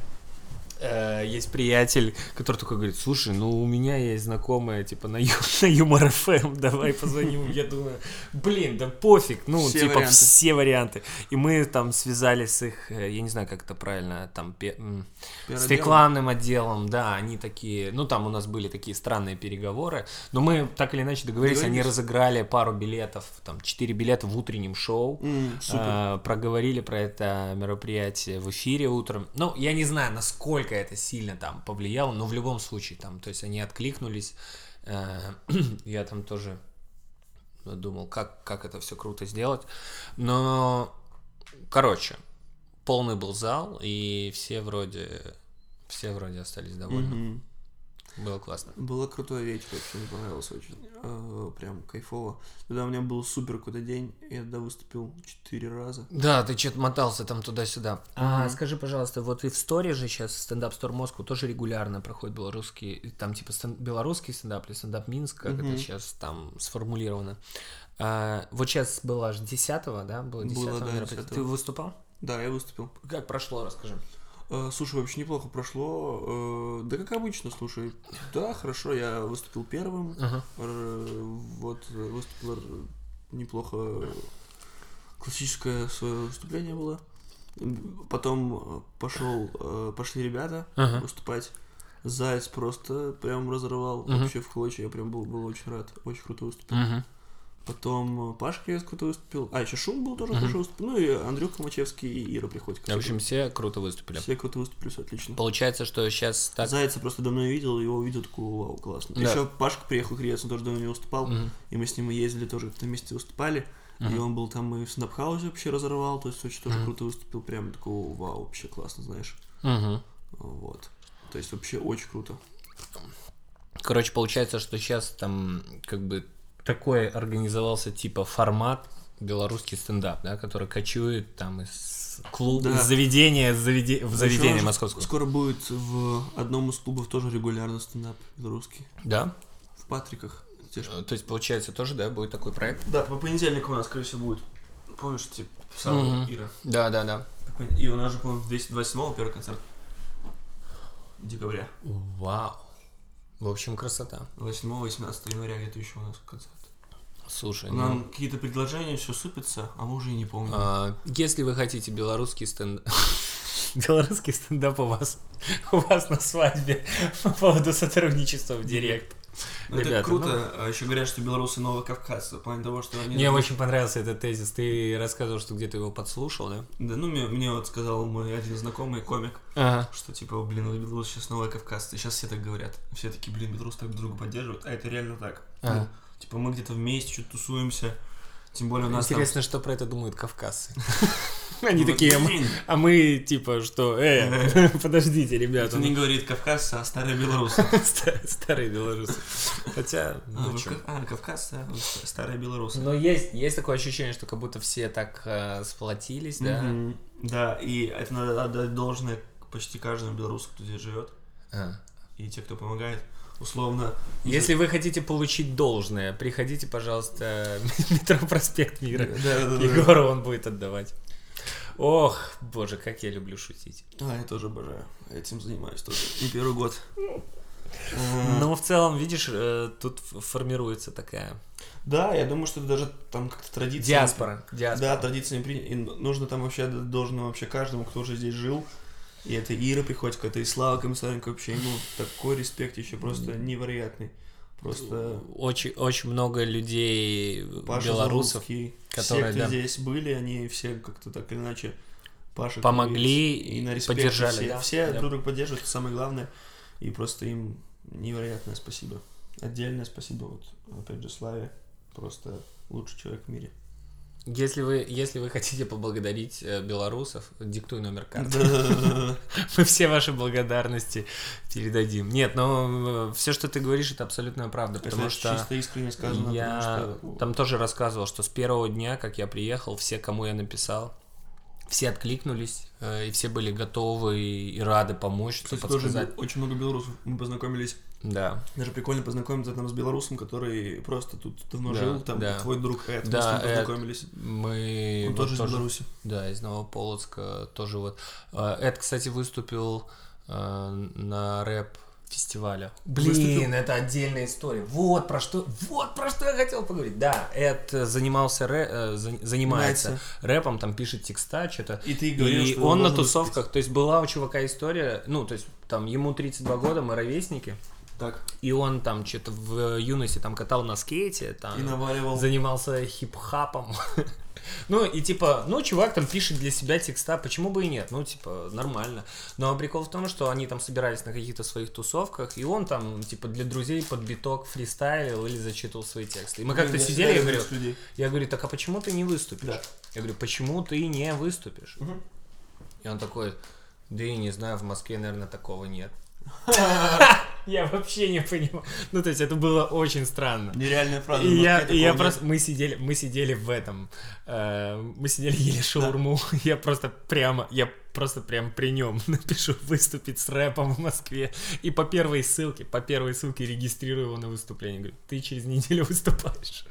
Speaker 1: э, есть приятель, который такой говорит, слушай, ну у меня есть знакомая, типа, на, Ю- [laughs] на Юмор ФМ, давай позвоним. Я думаю, блин, да пофиг, ну,
Speaker 2: Все
Speaker 1: типа,
Speaker 2: варианты.
Speaker 1: все варианты. И мы там связались с их, э, я не знаю, как это правильно, там, пе- м, с рекламным отделом, да, они такие, ну, там у нас были такие странные переговоры, но мы так или иначе договорились, они
Speaker 2: Договорились.
Speaker 1: разыграли пару билетов, там, четыре билета в утреннем шоу,
Speaker 2: М, Супер.
Speaker 1: а, проговорили про это мероприятие в эфире утром. Ну, я не знаю, насколько это сильно там повлияло, но в любом случае там, то есть они откликнулись. э, [clears throat] Я там тоже думал, как, как это все круто сделать. Но, короче, полный был зал, и все вроде, все вроде остались довольны.
Speaker 2: Мгм.
Speaker 1: Было классно.
Speaker 2: Было крутое вечер, вообще мне понравилось очень. Э, Прям кайфово. Тогда у меня был супер какой-то день, я тогда выступил четыре раза.
Speaker 1: Да, ты что-то мотался там туда-сюда. А
Speaker 2: Мгм.
Speaker 1: скажи, пожалуйста, вот и в сторе же сейчас стендап Стор Москву тоже регулярно проходит белорусский, там типа стен- белорусский стендап или стендап Минск, как
Speaker 2: Мгм.
Speaker 1: это сейчас там сформулировано. А, вот сейчас было аж 10-го, да? Было 10
Speaker 2: Было, да,
Speaker 1: Ты
Speaker 2: 10-го.
Speaker 1: выступал?
Speaker 2: Да, я выступил.
Speaker 1: Как прошло, расскажи.
Speaker 2: Э, Слушай, вообще неплохо прошло. Э, Да как обычно, слушай. Да, хорошо, я выступил первым.
Speaker 1: Ага.
Speaker 2: Р- Вот э, выступил р- неплохо. э, Классическое свое выступление было. М, Потом э, пошел, э, пошли ребята
Speaker 1: Ага.
Speaker 2: выступать. Заяц просто прям разорвал
Speaker 1: Мгм.
Speaker 2: вообще в клочья. Я прям был, был очень рад. Очень круто выступил.
Speaker 1: Мгм.
Speaker 2: Потом э, Пашка Крест круто выступил. А, еще Шум был тоже
Speaker 1: Мгм.
Speaker 2: хорошо выступил. Ну и Андрюха Мачевский и Ира Приходько.
Speaker 1: В общем, все круто выступили.
Speaker 2: все круто выступили, все отлично.
Speaker 1: Получается, что сейчас так...
Speaker 2: Зайца просто давно не видел, его видел, такой, вау, классно.
Speaker 1: Да.
Speaker 2: Еще Пашка приехал креец, он тоже давно не выступал,
Speaker 1: Мгм.
Speaker 2: и мы с ним ездили тоже, как-то вместе выступали, и
Speaker 1: Мгм.
Speaker 2: он был там и в Снапхаузе вообще разорвал, то есть очень тоже
Speaker 1: Мгм.
Speaker 2: круто выступил, прям такого, вау, вообще классно, знаешь,
Speaker 1: Мгм.
Speaker 2: вот. То есть вообще очень круто. А
Speaker 1: Короче, получается, что сейчас там как бы такой организовался типа формат белорусский стендап, да, который кочует там из клуба,
Speaker 2: Да.
Speaker 1: из заведения, из заведе- в заведение
Speaker 2: Ещё
Speaker 1: московского.
Speaker 2: Скоро будет в одном из клубов тоже регулярно стендап белорусский,
Speaker 1: Да?
Speaker 2: в Патриках. Те ж-
Speaker 1: Э, То есть, получается, тоже, да, будет такой проект?
Speaker 2: Да, по понедельникам у нас, скорее всего, будет помнишь, типа, сауна
Speaker 1: Мгм.
Speaker 2: Ира?
Speaker 1: Да, да, да.
Speaker 2: И у нас же, по-моему, 227 первый концерт. Декабря.
Speaker 1: Вау. В общем, красота.
Speaker 2: 8-18 января где-то еще у нас концерт.
Speaker 1: Слушай, ну,
Speaker 2: Нам какие-то предложения, все сыпется, а мы уже и не помним.
Speaker 1: а, если вы хотите белорусский стендап... [laughs] Белорусский стендап у вас, у вас на свадьбе [laughs] по поводу сотрудничества в Директ.
Speaker 2: Ну, это
Speaker 1: Ребята,
Speaker 2: круто. Еще говорят, что белорусы новые кавказцы, в плане того, что они...
Speaker 1: Мне очень понравился этот тезис. Ты рассказывал, что где-то его подслушал, да?
Speaker 2: Да, ну, мне, мне вот сказал мой один знакомый комик,
Speaker 1: Ага.
Speaker 2: что, типа, блин, вот белорусы сейчас новые кавказцы. Сейчас все так говорят. Все такие, блин, белорусы так друга поддерживают. А это реально так.
Speaker 1: А.
Speaker 2: Ну, типа, мы где-то вместе что-то тусуемся. Тем более у нас там-
Speaker 1: Интересно, что про это думают кавказцы. [laughs] Они
Speaker 2: Ну,
Speaker 1: такие, «Мы-
Speaker 2: блин,
Speaker 1: а мы типа, что, э, [laughs] подождите, ребята,
Speaker 2: Это не говорит кавказцы, а старые белорусы.
Speaker 1: ну, [laughs] ста- старые белорусы. Хотя,
Speaker 2: А,
Speaker 1: ну
Speaker 2: вы
Speaker 1: чё.
Speaker 2: ка- а, кавказцы, а вы ст- старые белорусы.
Speaker 1: Но Ну, есть, есть такое ощущение, что как будто все так э, сплотились, да?
Speaker 2: Мгм. Да, и это надо отдать должное почти каждому белорусу, кто здесь живет,
Speaker 1: А.
Speaker 2: и те, кто помогает. Условно,
Speaker 1: Если вы хотите получить должное, приходите, пожалуйста, [laughs] в метро Проспект [laughs]
Speaker 2: Да,
Speaker 1: Мира.
Speaker 2: да, да.
Speaker 1: Егору он будет отдавать. Ох, боже, как я люблю шутить.
Speaker 2: А, я тоже обожаю. Этим занимаюсь тоже. Не первый год. Э,
Speaker 1: Но в целом, видишь, э, тут ф- формируется такая
Speaker 2: Да, я думаю, что это даже там как-то традиция.
Speaker 1: диаспора. диаспора.
Speaker 2: Да, традиция не при- и нужно там вообще отдать должное вообще каждому, кто уже здесь жил. И это Ира Приходько, это и Слава Комиссаренко вообще, ему такой респект еще просто невероятный. Просто
Speaker 1: Э, Очень, очень много людей, э,
Speaker 2: Паша
Speaker 1: белорусов,
Speaker 2: Зарудский,
Speaker 1: которые,
Speaker 2: все, кто
Speaker 1: да.
Speaker 2: здесь были, они все как-то так или иначе Паша
Speaker 1: Помогли
Speaker 2: Кривец,
Speaker 1: и
Speaker 2: на респекте
Speaker 1: поддержали,
Speaker 2: Все,
Speaker 1: да,
Speaker 2: все
Speaker 1: да.
Speaker 2: друг друга поддерживают, это самое главное. И просто им невероятное спасибо. Отдельное спасибо вот опять же Славе. Просто лучший человек в
Speaker 1: [laughs]
Speaker 2: мире.
Speaker 1: Если вы, если вы хотите поблагодарить э, белорусов, диктуй номер карты.
Speaker 2: Да-да-да-да.
Speaker 1: Мы все ваши благодарности передадим. Нет, но все, что ты говоришь, это абсолютная правда, потому
Speaker 2: Это
Speaker 1: что
Speaker 2: чисто искренне сказано, потому
Speaker 1: я
Speaker 2: что
Speaker 1: там тоже рассказывал, что с первого дня, как я приехал, все, кому я написал, все откликнулись, э, и все были готовы и и рады помочь, что
Speaker 2: Кстати, тоже
Speaker 1: подсказать.
Speaker 2: очень много белорусов. Мы познакомились.
Speaker 1: Да.
Speaker 2: Даже прикольно познакомиться там с белорусом, который просто тут давно
Speaker 1: Да,
Speaker 2: жил. Там
Speaker 1: да.
Speaker 2: твой друг Эд, мы
Speaker 1: Да,
Speaker 2: с ним
Speaker 1: Эд.
Speaker 2: познакомились.
Speaker 1: Мы
Speaker 2: Он
Speaker 1: вот
Speaker 2: тоже из Беларуси.
Speaker 1: Да, из Новополоцка тоже вот. Э, Эд, кстати, выступил э, на рэп фестивале. Блин,
Speaker 2: Выступил?
Speaker 1: это отдельная история. Вот про что, вот про что я хотел поговорить. Да, Эд э, занимался рэ- э, за- занимается
Speaker 2: Нравится.
Speaker 1: рэпом, там пишет текста, что-то.
Speaker 2: И ты говорил,
Speaker 1: И
Speaker 2: что его
Speaker 1: он на
Speaker 2: можно выступить.
Speaker 1: тусовках, то есть была у чувака история, ну, то есть там ему 32 года, мы ровесники,
Speaker 2: Так.
Speaker 1: и он там что-то в юности там катал на скейте, там
Speaker 2: И наваливал.
Speaker 1: занимался хип-хапом. [laughs] Ну, и типа, ну, чувак там пишет для себя текста, почему бы и нет, ну, типа, нормально. Но прикол в том, что они там собирались на каких-то своих тусовках, и он там, типа, для друзей под биток фристайлил или зачитывал свои тексты. И мы как-то
Speaker 2: Блин, Ну, я
Speaker 1: сидели, я
Speaker 2: всегда
Speaker 1: говорю,
Speaker 2: люблю людей.
Speaker 1: я говорю, так а почему ты не выступишь?
Speaker 2: Да.
Speaker 1: Я говорю, почему ты не выступишь?
Speaker 2: Мгм.
Speaker 1: И он такой, да я не знаю, в Москве, наверное, такого
Speaker 2: [laughs]
Speaker 1: нет. Я вообще не понимаю. Ну, то есть это было очень странно.
Speaker 2: Нереальная фраза.
Speaker 1: И
Speaker 2: но
Speaker 1: я,
Speaker 2: такого
Speaker 1: и я
Speaker 2: нет.
Speaker 1: просто, мы сидели, мы сидели в этом, э, мы сидели [laughs] ели шаурму, я просто прямо, я просто прям при нем [laughs] напишу выступить с рэпом в Москве, и по первой ссылке, по первой ссылке регистрирую его на выступление, говорю, ты через неделю [laughs] выступаешь.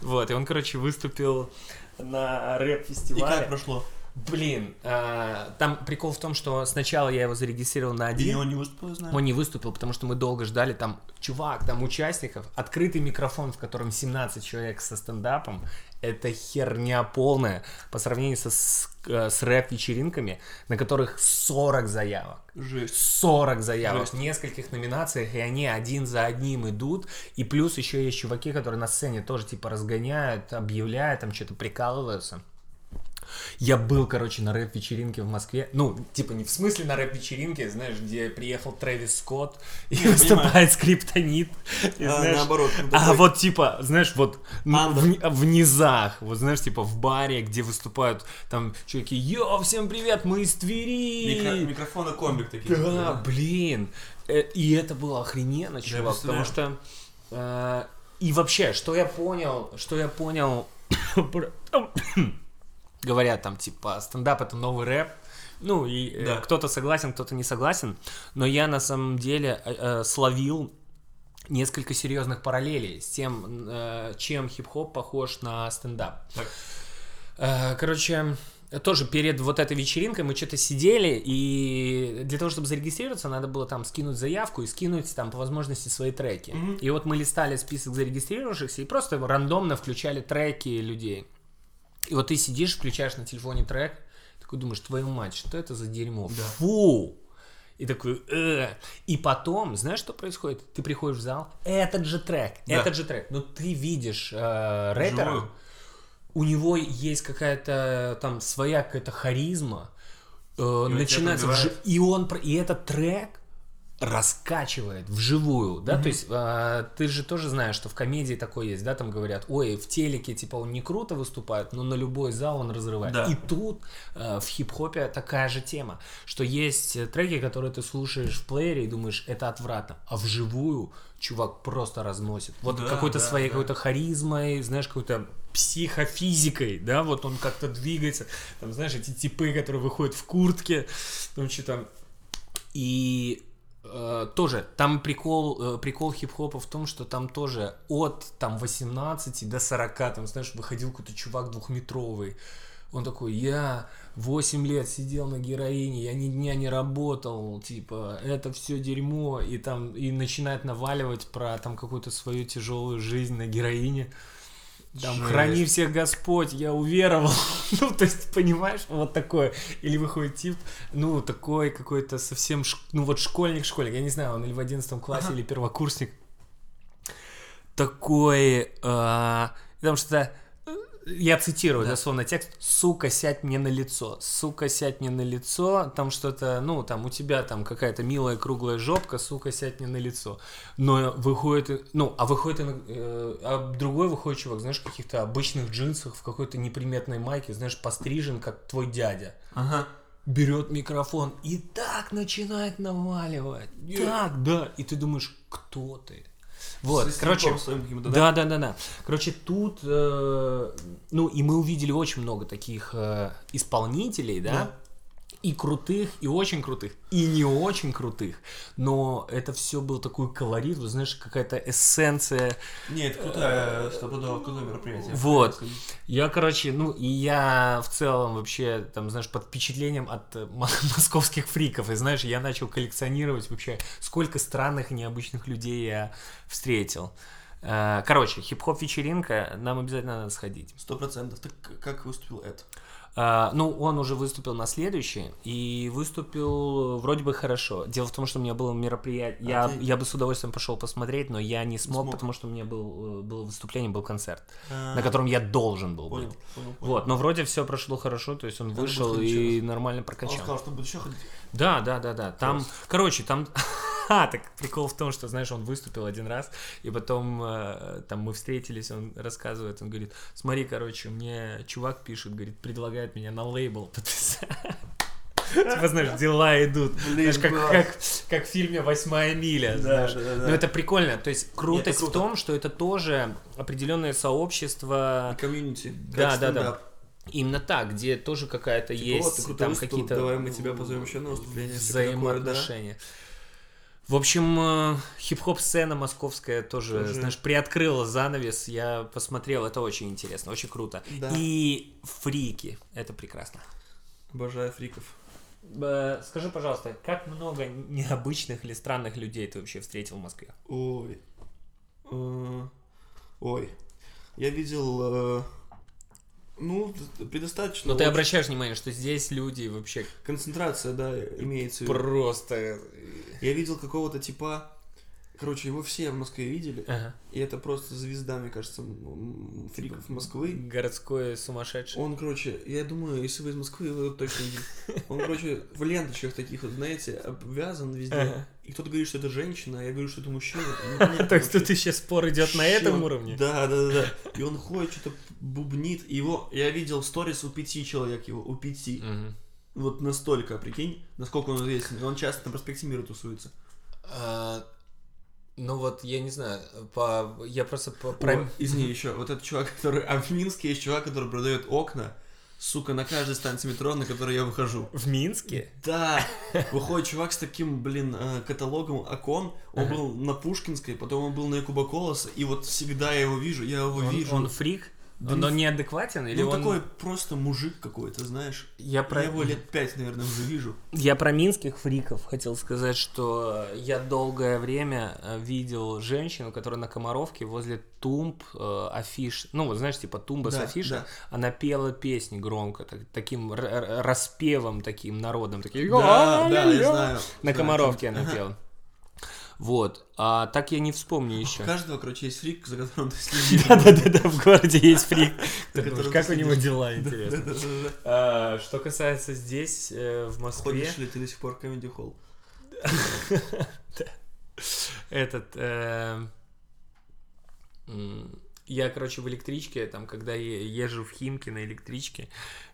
Speaker 1: Вот, и он, короче, выступил на
Speaker 2: И как
Speaker 1: рэп-фестивале.
Speaker 2: прошло?
Speaker 1: Блин, э, там прикол в том, что сначала я его зарегистрировал на один,
Speaker 2: И он не выступил, знаю.
Speaker 1: он не выступил, потому что мы долго ждали там, чувак, там участников, открытый микрофон, в котором 17 человек со стендапом, это херня полная по сравнению со, с, э, с рэп-вечеринками, на которых 40 заявок.
Speaker 2: Жесть.
Speaker 1: 40 заявок
Speaker 2: Жесть.
Speaker 1: в нескольких номинациях, и они один за одним идут. И плюс еще есть чуваки, которые на сцене тоже типа разгоняют, объявляют, там что-то прикалываются. Я был, короче, на рэп-вечеринке в Москве. Ну, типа, не в смысле на рэп-вечеринке, знаешь, где приехал Трэвис Скотт и
Speaker 2: Я
Speaker 1: выступает скриптонит. И,
Speaker 2: А,
Speaker 1: знаешь,
Speaker 2: наоборот. ну,
Speaker 1: а
Speaker 2: такой,
Speaker 1: вот типа, знаешь, вот ну,
Speaker 2: Андер.
Speaker 1: в, ни- в низах, вот знаешь, типа в баре, где выступают там чуваки, йо, всем привет, мы из Твери.
Speaker 2: микро- Микрофон и комбик такие.
Speaker 1: Да, блин. Э, И это было охрененно, чувак, потому
Speaker 2: представляю.
Speaker 1: что... э, И вообще, что я понял, что я понял... [coughs] про- Говорят там, типа, стендап — это новый рэп. Ну, и э,
Speaker 2: Да.
Speaker 1: кто-то согласен, кто-то не согласен. Но я, на самом деле, э, э, словил несколько серьезных параллелей с тем, э, чем хип-хоп похож на стендап.
Speaker 2: Так.
Speaker 1: Э, Короче, тоже перед вот этой вечеринкой мы что-то сидели, и для того, чтобы зарегистрироваться, надо было там скинуть заявку и скинуть там по возможности свои треки.
Speaker 2: Мгм.
Speaker 1: И вот мы листали список зарегистрировавшихся и просто рандомно включали треки людей. И вот ты сидишь, включаешь на телефоне трек, такой думаешь, твою мать, что это за дерьмо?
Speaker 2: Да.
Speaker 1: Фу! И такой, «Э». и потом, знаешь, что происходит? Ты приходишь в зал, этот же трек,
Speaker 2: Да.
Speaker 1: этот же трек, но ты видишь э, рэпера,
Speaker 2: Живую.
Speaker 1: у него есть какая-то там своя какая-то харизма, э,
Speaker 2: тебя
Speaker 1: начинается, вжи- и он, про- и этот трек раскачивает вживую, да,
Speaker 2: Мгм.
Speaker 1: то есть э, ты же тоже знаешь, что в комедии такое есть, да, там говорят, ой, в телеке типа он не круто выступает, но на любой зал он разрывает.
Speaker 2: Да.
Speaker 1: И тут э, в хип-хопе такая же тема, что есть э, треки, которые ты слушаешь в плеере и думаешь, это отвратно, а вживую чувак просто разносит. Вот
Speaker 2: Да,
Speaker 1: какой-то
Speaker 2: да,
Speaker 1: своей
Speaker 2: да.
Speaker 1: какой-то харизмой, знаешь, какой-то психофизикой, да, вот он как-то двигается, там, знаешь, эти типы, которые выходят в куртке, ну, там что-то, и э, тоже там прикол, э, прикол хип-хопа в том, что там тоже от там 18 до 40, там, знаешь, выходил какой-то чувак двухметровый, он такой, я 8 лет сидел на героине, я ни дня не работал, типа, это все дерьмо, и там, и начинает наваливать про там какую-то свою тяжелую жизнь на героине. Там,
Speaker 2: Жесть.
Speaker 1: храни всех Господь, я уверовал. [laughs] ну, то есть, понимаешь, вот такое. Или выходит тип, ну, такой какой-то совсем, ш- ну, вот школьник-школьник, я не знаю, он или в 11 классе, или первокурсник. Такой, а, потому что я цитирую дословно текст. Сука, сядь мне на лицо. Сука, сядь мне на лицо. Там что-то, ну, там у тебя там какая-то милая круглая жопка, сука, сядь мне на лицо. Но выходит, и- ну, а выходит, и на- э, а другой выходит чувак, знаешь, в каких-то обычных джинсах, в какой-то неприметной майке, знаешь, пострижен, как твой дядя.
Speaker 2: Ага.
Speaker 1: Берет микрофон и так начинает наваливать. Так, да. И ты думаешь, кто ты? Вот,
Speaker 2: Со
Speaker 1: короче,
Speaker 2: стебом своим каким-то,
Speaker 1: да,
Speaker 2: да?
Speaker 1: да, да, да. Короче, тут, э, ну, и мы увидели очень много таких э, исполнителей, да?
Speaker 2: Да.
Speaker 1: И крутых, и очень крутых, и не очень крутых. Но это все был такой колорит, вот знаешь, какая-то эссенция.
Speaker 2: Нет, крутая, э, стопудово, крутое мероприятие.
Speaker 1: Вот. Я, короче, ну, и я в целом вообще, там, знаешь, под впечатлением от э, мо- [laughs] московских фриков. И знаешь, я начал коллекционировать вообще, сколько странных и необычных людей я встретил. Э, Короче, хип-хоп вечеринка, нам обязательно надо сходить.
Speaker 2: Сто процентов. Так к- как выступил Эд?
Speaker 1: А, ну, он уже выступил на следующий и выступил вроде бы хорошо. Дело в том, что у меня было мероприятие. я,
Speaker 2: А ты-
Speaker 1: я бы с удовольствием пошел посмотреть, но я не смог,
Speaker 2: смог.
Speaker 1: потому что у меня был, э, было выступление, был концерт,
Speaker 2: А,
Speaker 1: на котором я должен был
Speaker 2: Понял,
Speaker 1: быть.
Speaker 2: понял, понял. А
Speaker 1: Вот, но вроде все прошло хорошо, то есть он
Speaker 2: Надо
Speaker 1: вышел
Speaker 2: будет ходить
Speaker 1: и
Speaker 2: еще
Speaker 1: нормально
Speaker 2: А Он
Speaker 1: прокачал.
Speaker 2: сказал, что будет еще ходить.
Speaker 1: Да, да, да, да. Там, короче, там. [laughs] А, так прикол в том, что, знаешь, он выступил один раз, и потом э, там мы встретились, он рассказывает, он говорит, смотри, короче, мне чувак пишет, говорит, предлагает меня на лейбл [laughs] подписать. Типа, знаешь, дела идут.
Speaker 2: Блин, ну,
Speaker 1: Знаешь, как,
Speaker 2: класс.
Speaker 1: как, как в фильме «Восьмая миля», знаешь.
Speaker 2: да, да.
Speaker 1: Но это прикольно. То есть крутость в
Speaker 2: круто.
Speaker 1: том, что это тоже определенное сообщество
Speaker 2: Комьюнити.
Speaker 1: Да, да, да. именно так, где тоже какая-то
Speaker 2: вот, Типа, ты
Speaker 1: есть
Speaker 2: круто
Speaker 1: там
Speaker 2: выступил,
Speaker 1: какие-то
Speaker 2: давай мы тебя позовем еще на выступление, всё такое,
Speaker 1: взаимоотношения. Типа В общем, э, хип-хоп сцена московская тоже,
Speaker 2: Тоже.
Speaker 1: знаешь, приоткрыла занавес. Я посмотрел, это очень интересно, очень круто.
Speaker 2: Да.
Speaker 1: И фрики, это прекрасно.
Speaker 2: Обожаю фриков.
Speaker 1: Э, Скажи, пожалуйста, как много необычных или странных людей ты вообще встретил в Москве?
Speaker 2: Ой. Э, Ой. Я видел... э, Ну, д- предостаточно.
Speaker 1: Но ты
Speaker 2: вот
Speaker 1: обращаешь внимание, что здесь люди вообще
Speaker 2: Концентрация, да, имеется в виду.
Speaker 1: просто... э,
Speaker 2: Я видел какого-то типа... Короче, его все в Москве видели.
Speaker 1: Ага.
Speaker 2: И это просто звезда, мне кажется, м, м, фриков Москвы.
Speaker 1: Городское сумасшедшее.
Speaker 2: Он, короче, я думаю, если вы из Москвы, вы его точно видели. Он, короче, в ленточках таких, вот, знаете, обвязан везде.
Speaker 1: Ага.
Speaker 2: И кто-то говорит, что это женщина, а я говорю, что это мужчина.
Speaker 1: [laughs] То есть тут еще спор идет на этом уровне?
Speaker 2: Да, да, да, да. И он ходит, что-то бубнит. И Его, я видел сторис у пяти человек его, у пяти.
Speaker 1: Мгм.
Speaker 2: Вот настолько, прикинь, насколько он известен. И Он часто на проспекте Мира тусуется.
Speaker 1: А, Ну вот, я не знаю, по... я просто по...
Speaker 2: О, из них еще вот этот чувак, который... А в Минске есть чувак, который продает окна, сука, на каждой станции метро, на которой я выхожу.
Speaker 1: В Минске? [laughs]
Speaker 2: Да, выходит чувак с таким, блин, э, каталогом окон. Он
Speaker 1: Ага.
Speaker 2: был на Пушкинской, потом он был на Якуба Колоса, и вот всегда я его вижу, я его
Speaker 1: Он,
Speaker 2: вижу.
Speaker 1: он фрик? Но, но неадекватен или
Speaker 2: ну,
Speaker 1: он...
Speaker 2: такой просто мужик какой-то, знаешь.
Speaker 1: Я про...
Speaker 2: Я его лет пять, наверное, уже вижу.
Speaker 1: Я про минских фриков хотел сказать, что я долгое время э, видел женщину, которая на Комаровке возле тумб э, афиш, ну вот знаешь, типа тумба с
Speaker 2: Да,
Speaker 1: афиши,
Speaker 2: да.
Speaker 1: она пела песни громко, так- таким р- р- распевом, таким народным, такие...
Speaker 2: Да, да, я
Speaker 1: «Ля-ля-ля».
Speaker 2: знаю.
Speaker 1: На
Speaker 2: знаю.
Speaker 1: Комаровке она пела. Вот, а так я не вспомню еще.
Speaker 2: У каждого, короче, есть фрик, за
Speaker 1: [laughs]
Speaker 2: которым ты следишь.
Speaker 1: Да-да-да, в городе есть фрик. Ты думаешь,
Speaker 2: которым
Speaker 1: Как
Speaker 2: ты
Speaker 1: у него
Speaker 2: следишь.
Speaker 1: дела, интересно.
Speaker 2: Да-да-да.
Speaker 1: А, Что касается здесь, э, в Москве...
Speaker 2: Ходишь ли ты до сих пор в Comedy Hall?
Speaker 1: Этот... э, м, Я, короче, в электричке, там, когда е- езжу в Химки на электричке,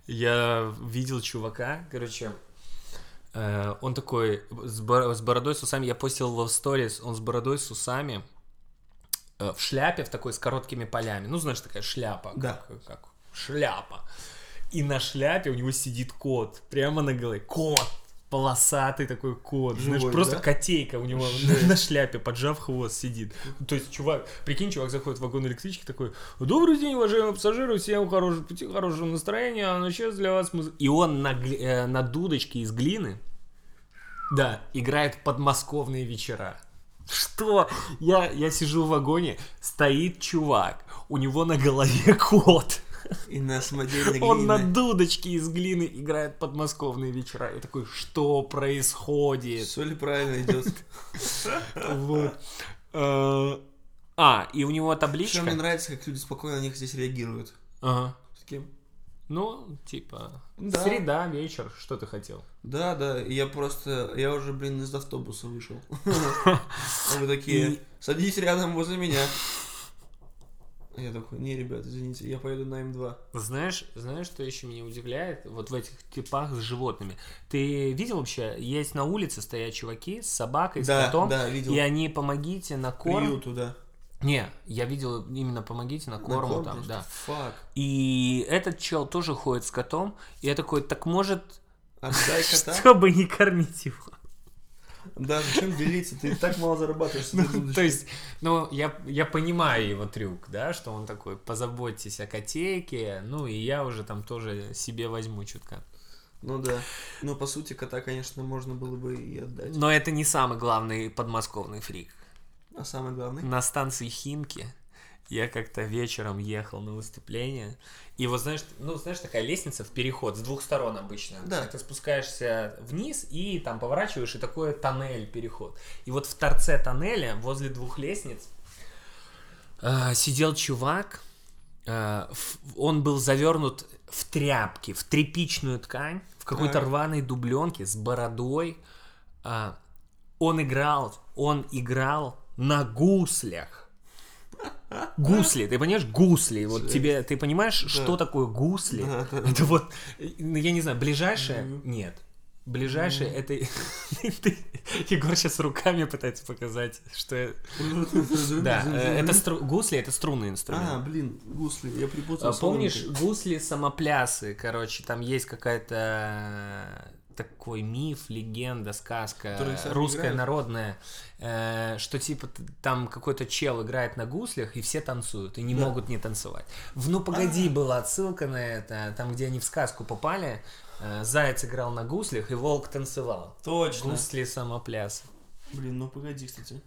Speaker 1: я видел чувака, короче, э, он такой с бор- с бородой, с усами, я постил его в сторис, он с бородой, с усами, э, в шляпе, в такой с короткими полями, ну, знаешь, такая шляпа,
Speaker 2: Да.
Speaker 1: как- как шляпа. И на шляпе у него сидит кот, прямо на голове, кот, полосатый такой кот, знаешь,
Speaker 2: Живой,
Speaker 1: просто
Speaker 2: да?
Speaker 1: котейка у него
Speaker 2: Жесть.
Speaker 1: на шляпе, поджав хвост, сидит. Ну, То есть, чувак, прикинь, чувак заходит в вагон электрички такой, «Добрый день, уважаемые пассажиры, всем хорошего пути, хорошего настроения, а ну сейчас для вас музы-» И он на, гли- э, на дудочке из глины, да, играет подмосковные вечера. Что? Я, я сижу в вагоне, стоит чувак, у него на голове [laughs] кот.
Speaker 2: И на самодельной
Speaker 1: Он на
Speaker 2: глиняной.
Speaker 1: дудочке из глины играет подмосковные вечера. Я такой, что происходит?
Speaker 2: Соль правильно идет.
Speaker 1: Вот. Э, А, и у него
Speaker 2: Причем мне
Speaker 1: табличка.
Speaker 2: нравится, как люди спокойно на них здесь реагируют.
Speaker 1: Ага.
Speaker 2: Такие,
Speaker 1: Ну, типа.
Speaker 2: Да.
Speaker 1: Среда, вечер, что ты хотел?
Speaker 2: Да, да, и я просто, я уже, блин, из
Speaker 1: [laughs]
Speaker 2: автобуса вышел. А Вы
Speaker 1: И-
Speaker 2: такие, садись рядом возле меня. А Я такой, не, ребят, извините, я поеду на М2.
Speaker 1: Знаешь, знаешь, что еще меня удивляет? Вот в этих типах с животными. Ты видел вообще, есть на улице стоят чуваки с собакой, с
Speaker 2: Да,
Speaker 1: котом,
Speaker 2: да, видел.
Speaker 1: и они помогите на корм.
Speaker 2: Приюту, да.
Speaker 1: Не, я видел именно помогите на
Speaker 2: На
Speaker 1: корму
Speaker 2: корм
Speaker 1: там,
Speaker 2: просто.
Speaker 1: да.
Speaker 2: Фак.
Speaker 1: И этот чел тоже ходит с котом, и я такой, так может, [laughs]
Speaker 2: Отдай А кота.
Speaker 1: чтобы не кормить его.
Speaker 2: Да, зачем делиться? Ты и так мало зарабатываешь.
Speaker 1: [laughs]
Speaker 2: что ты будешь-
Speaker 1: Ну, То есть, ну, я, я понимаю его трюк, да, что он такой, позаботьтесь о котейке, ну, и я уже там тоже себе возьму чутка.
Speaker 2: Ну да. Но по сути кота, конечно, можно было бы и отдать.
Speaker 1: Но это не самый главный подмосковный фрик.
Speaker 2: А самое главное...
Speaker 1: На станции Химки я как-то вечером ехал на выступление, и вот знаешь, ну, знаешь, такая лестница в переход с двух сторон обычно.
Speaker 2: Да.
Speaker 1: Ты спускаешься вниз и там поворачиваешь, и такой тоннель-переход. И вот в торце тоннеля, возле двух лестниц, э, сидел чувак, э, в- он был завернут в тряпки, в тряпичную ткань, в какой-то
Speaker 2: Так.
Speaker 1: рваной дубленке с бородой. А, он играл, он играл на гуслях. Гусли, ты понимаешь, гусли. Вот
Speaker 2: Жесть.
Speaker 1: тебе, ты понимаешь, что такое гусли?
Speaker 2: Да, да,
Speaker 1: [laughs]
Speaker 2: да.
Speaker 1: Это вот, э, ну, я не знаю, ближайшее? Нет. Ближайшее это... [laughs] Ты- Егор сейчас руками пытается показать, что... я- Да, э, это стру- гусли, это струнный инструмент.
Speaker 2: А, блин, гусли, я
Speaker 1: А
Speaker 2: припутал. с
Speaker 1: Помнишь
Speaker 2: соломинкой.
Speaker 1: гусли самоплясы, короче, там есть какая-то э, такой миф, легенда, сказка
Speaker 2: Которые сами
Speaker 1: русская
Speaker 2: играют?
Speaker 1: народная, э, что типа т- там какой-то чел играет на гуслях и все танцуют и не могут не танцевать. В ну погоди была отсылка на это, там где они в сказку попали, э, заяц играл на гуслях и волк танцевал.
Speaker 2: Точно.
Speaker 1: Гусли самоплясы.
Speaker 2: Блин, ну погоди, кстати.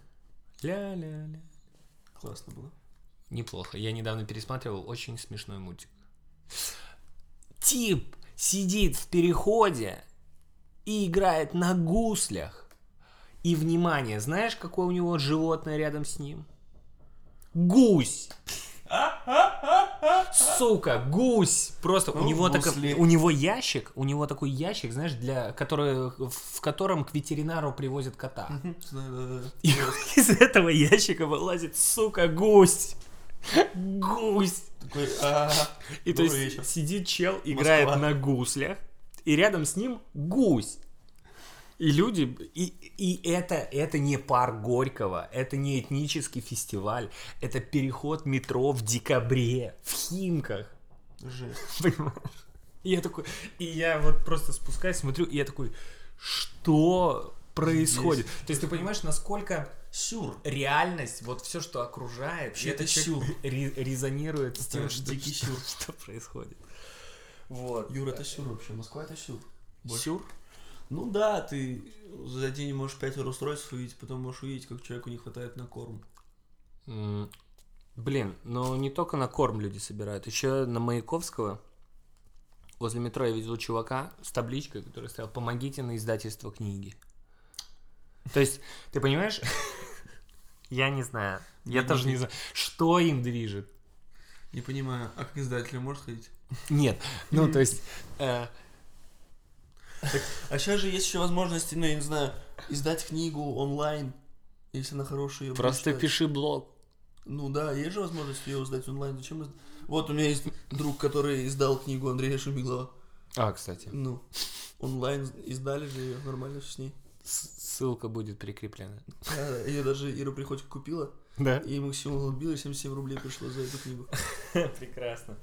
Speaker 1: Ля-ля-ля.
Speaker 2: Классно было. [laughs]
Speaker 1: Неплохо. Я недавно пересматривал очень смешной мультик. Тип сидит в переходе и играет на гуслях. И внимание, знаешь, какое у него животное рядом с ним? Гусь! Сука, гусь! Просто у
Speaker 2: Ну,
Speaker 1: него так,
Speaker 2: гусли.
Speaker 1: у него ящик, у него такой ящик, знаешь, для который в котором к ветеринару привозят кота.
Speaker 2: Да-да-да.
Speaker 1: И [laughs] из этого ящика вылазит, сука, гусь. Гусь.
Speaker 2: Такой, а,
Speaker 1: И то
Speaker 2: Добрый
Speaker 1: есть
Speaker 2: вечер.
Speaker 1: сидит чел, играет
Speaker 2: Москва.
Speaker 1: на гуслях, и рядом с ним гусь. И люди... И, и это, это не пар Горького, это не этнический фестиваль, это переход метро в декабре, в Химках. [laughs]
Speaker 2: жесть.
Speaker 1: Понимаешь? И я такой, и я вот просто спускаюсь, смотрю, и я такой, что происходит? То есть ты понимаешь, насколько
Speaker 2: Сюр.
Speaker 1: реальность, вот все, что окружает,
Speaker 2: Вообще
Speaker 1: это
Speaker 2: это
Speaker 1: чё- [laughs]
Speaker 2: сюр.
Speaker 1: ре- резонирует с тем,
Speaker 2: Это
Speaker 1: что, [laughs]
Speaker 2: дикий
Speaker 1: что-
Speaker 2: сюр.
Speaker 1: что происходит. Вот.
Speaker 2: Юр, это сюр вообще. Москва это сюр. Больше.
Speaker 1: Сюр?
Speaker 2: Ну да, ты за день можешь пятеро устройств увидеть, потом можешь увидеть, как человеку не хватает на корм.
Speaker 1: М, Блин, но не только на корм люди собирают. Еще на Маяковского возле метро я видел чувака с табличкой, который стоял «Помогите на издательство книги». То есть, ты понимаешь? [laughs] Я не знаю. Я
Speaker 2: Не
Speaker 1: тоже не
Speaker 2: могу.
Speaker 1: знаю. Что им движет?
Speaker 2: Не понимаю, а к издателю можешь ходить?
Speaker 1: Нет. Ну, то есть... [laughs] э,
Speaker 2: А сейчас же есть еще возможности, ну я не знаю, издать книгу онлайн, если она хорошая. её
Speaker 1: Просто
Speaker 2: прочитать.
Speaker 1: пиши блог.
Speaker 2: Ну да, есть же возможность ее издать онлайн. Зачем? из- Вот у меня есть друг, который издал книгу Андрея Шумилова.
Speaker 1: А, кстати.
Speaker 2: Ну, онлайн издали же ее, нормально всё с ней.
Speaker 1: С- Ссылка будет прикреплена.
Speaker 2: Ее Э, даже Ира Приходько купила,
Speaker 1: Да?
Speaker 2: и Максим Голубил, и 77 рублей пришло за эту книгу.
Speaker 1: [laughs] Прекрасно.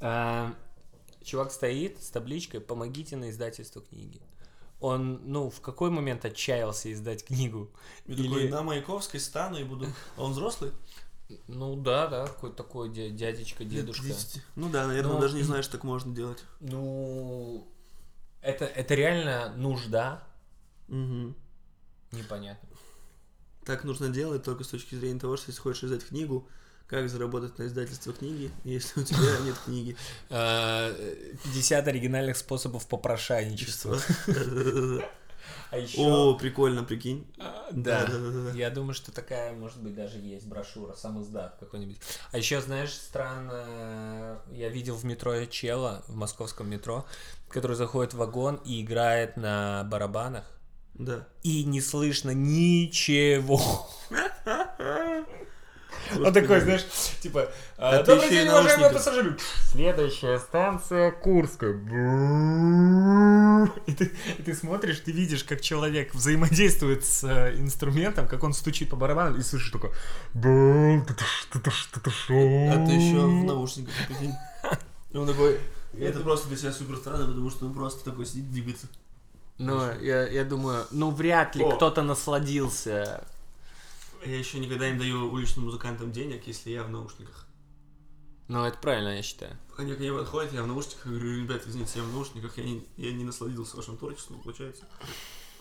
Speaker 1: А, Чувак стоит с табличкой «Помогите на издательство книги». Он, ну, в какой момент отчаялся издать книгу?
Speaker 2: И
Speaker 1: Или-
Speaker 2: такой, на Маяковской стану и буду... А он взрослый?
Speaker 1: Ну да, да, какой-то такой дя- дядечка, дедушка.
Speaker 2: Лет 10. Ну да, наверное,
Speaker 1: Но-
Speaker 2: он даже не знает, что так можно делать.
Speaker 1: Ну, это, это реально нужда,
Speaker 2: Мгм.
Speaker 1: непонятно.
Speaker 2: Так нужно делать только с точки зрения того, что если хочешь издать книгу, как заработать на издательство книги, если у тебя нет книги.
Speaker 1: А, 50 оригинальных способов попрошайничества.
Speaker 2: Да-да-да-да.
Speaker 1: А еще...
Speaker 2: О, прикольно, прикинь.
Speaker 1: Да.
Speaker 2: Да-да-да-да.
Speaker 1: Я думаю, что такая, может быть, даже есть брошюра, сам издат какой-нибудь. А еще, знаешь, странно, я видел в метро чела, в московском метро, который заходит в вагон и играет на барабанах,
Speaker 2: Да.
Speaker 1: и не слышно ничего. Он
Speaker 2: Господи.
Speaker 1: такой, знаешь, типа, «А,
Speaker 2: А ты
Speaker 1: добрый
Speaker 2: еще и
Speaker 1: день, уважаемые
Speaker 2: наушники.
Speaker 1: пассажиры. Следующая станция Курская. И ты, и ты смотришь, ты видишь, как человек взаимодействует с э, инструментом, как он стучит по барабану, и слышишь такое.
Speaker 2: А
Speaker 1: А
Speaker 2: ты еще в наушниках, прикинь. И Он такой, это просто для себя супер странно, потому что он просто такой сидит, двигается.
Speaker 1: Ну, я, я думаю, ну вряд ли
Speaker 2: О.
Speaker 1: кто-то насладился.
Speaker 2: Я еще никогда не даю уличным музыкантам денег, если я в наушниках.
Speaker 1: Ну, это правильно, я считаю.
Speaker 2: Они ко мне подходят, я в наушниках, я говорю, ребят, извините, я в наушниках, я не, я не насладился вашим творчеством, получается,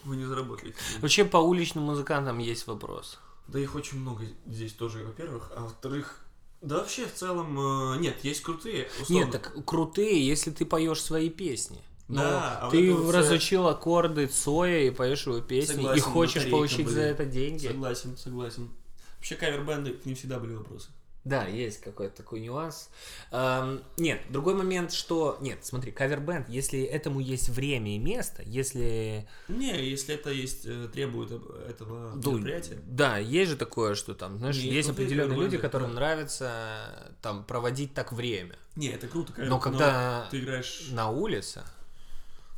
Speaker 2: вы не заработаете. денег».
Speaker 1: Вообще по уличным музыкантам есть вопрос.
Speaker 2: Да их очень много здесь тоже, во-первых, а во-вторых, да вообще в целом, э, нет, есть крутые, условно.
Speaker 1: Нет, так крутые, если ты поешь свои песни. Ну,
Speaker 2: Да, а вот
Speaker 1: ты
Speaker 2: это вот
Speaker 1: разучил аккорды Цоя и поешь его песни, и
Speaker 2: Согласен,
Speaker 1: хочешь
Speaker 2: батарейка,
Speaker 1: получить за
Speaker 2: блин.
Speaker 1: это деньги.
Speaker 2: Согласен, согласен. Вообще кавер-бенды, к ним всегда были вопросы.
Speaker 1: Да, есть какой-то такой нюанс. Эм, нет, другой момент, что... Нет, смотри, кавербенд, если этому есть время и место, если...
Speaker 2: Не, если это есть, э, требует об- этого
Speaker 1: Ну,
Speaker 2: мероприятия.
Speaker 1: Да, есть же такое, что там, знаешь,
Speaker 2: Есть
Speaker 1: есть
Speaker 2: крутые
Speaker 1: определенные люди,
Speaker 2: кавербенды,
Speaker 1: которым
Speaker 2: да.
Speaker 1: нравится там проводить так время.
Speaker 2: Не, это круто, конечно.
Speaker 1: Но когда
Speaker 2: ты играешь...
Speaker 1: на улице,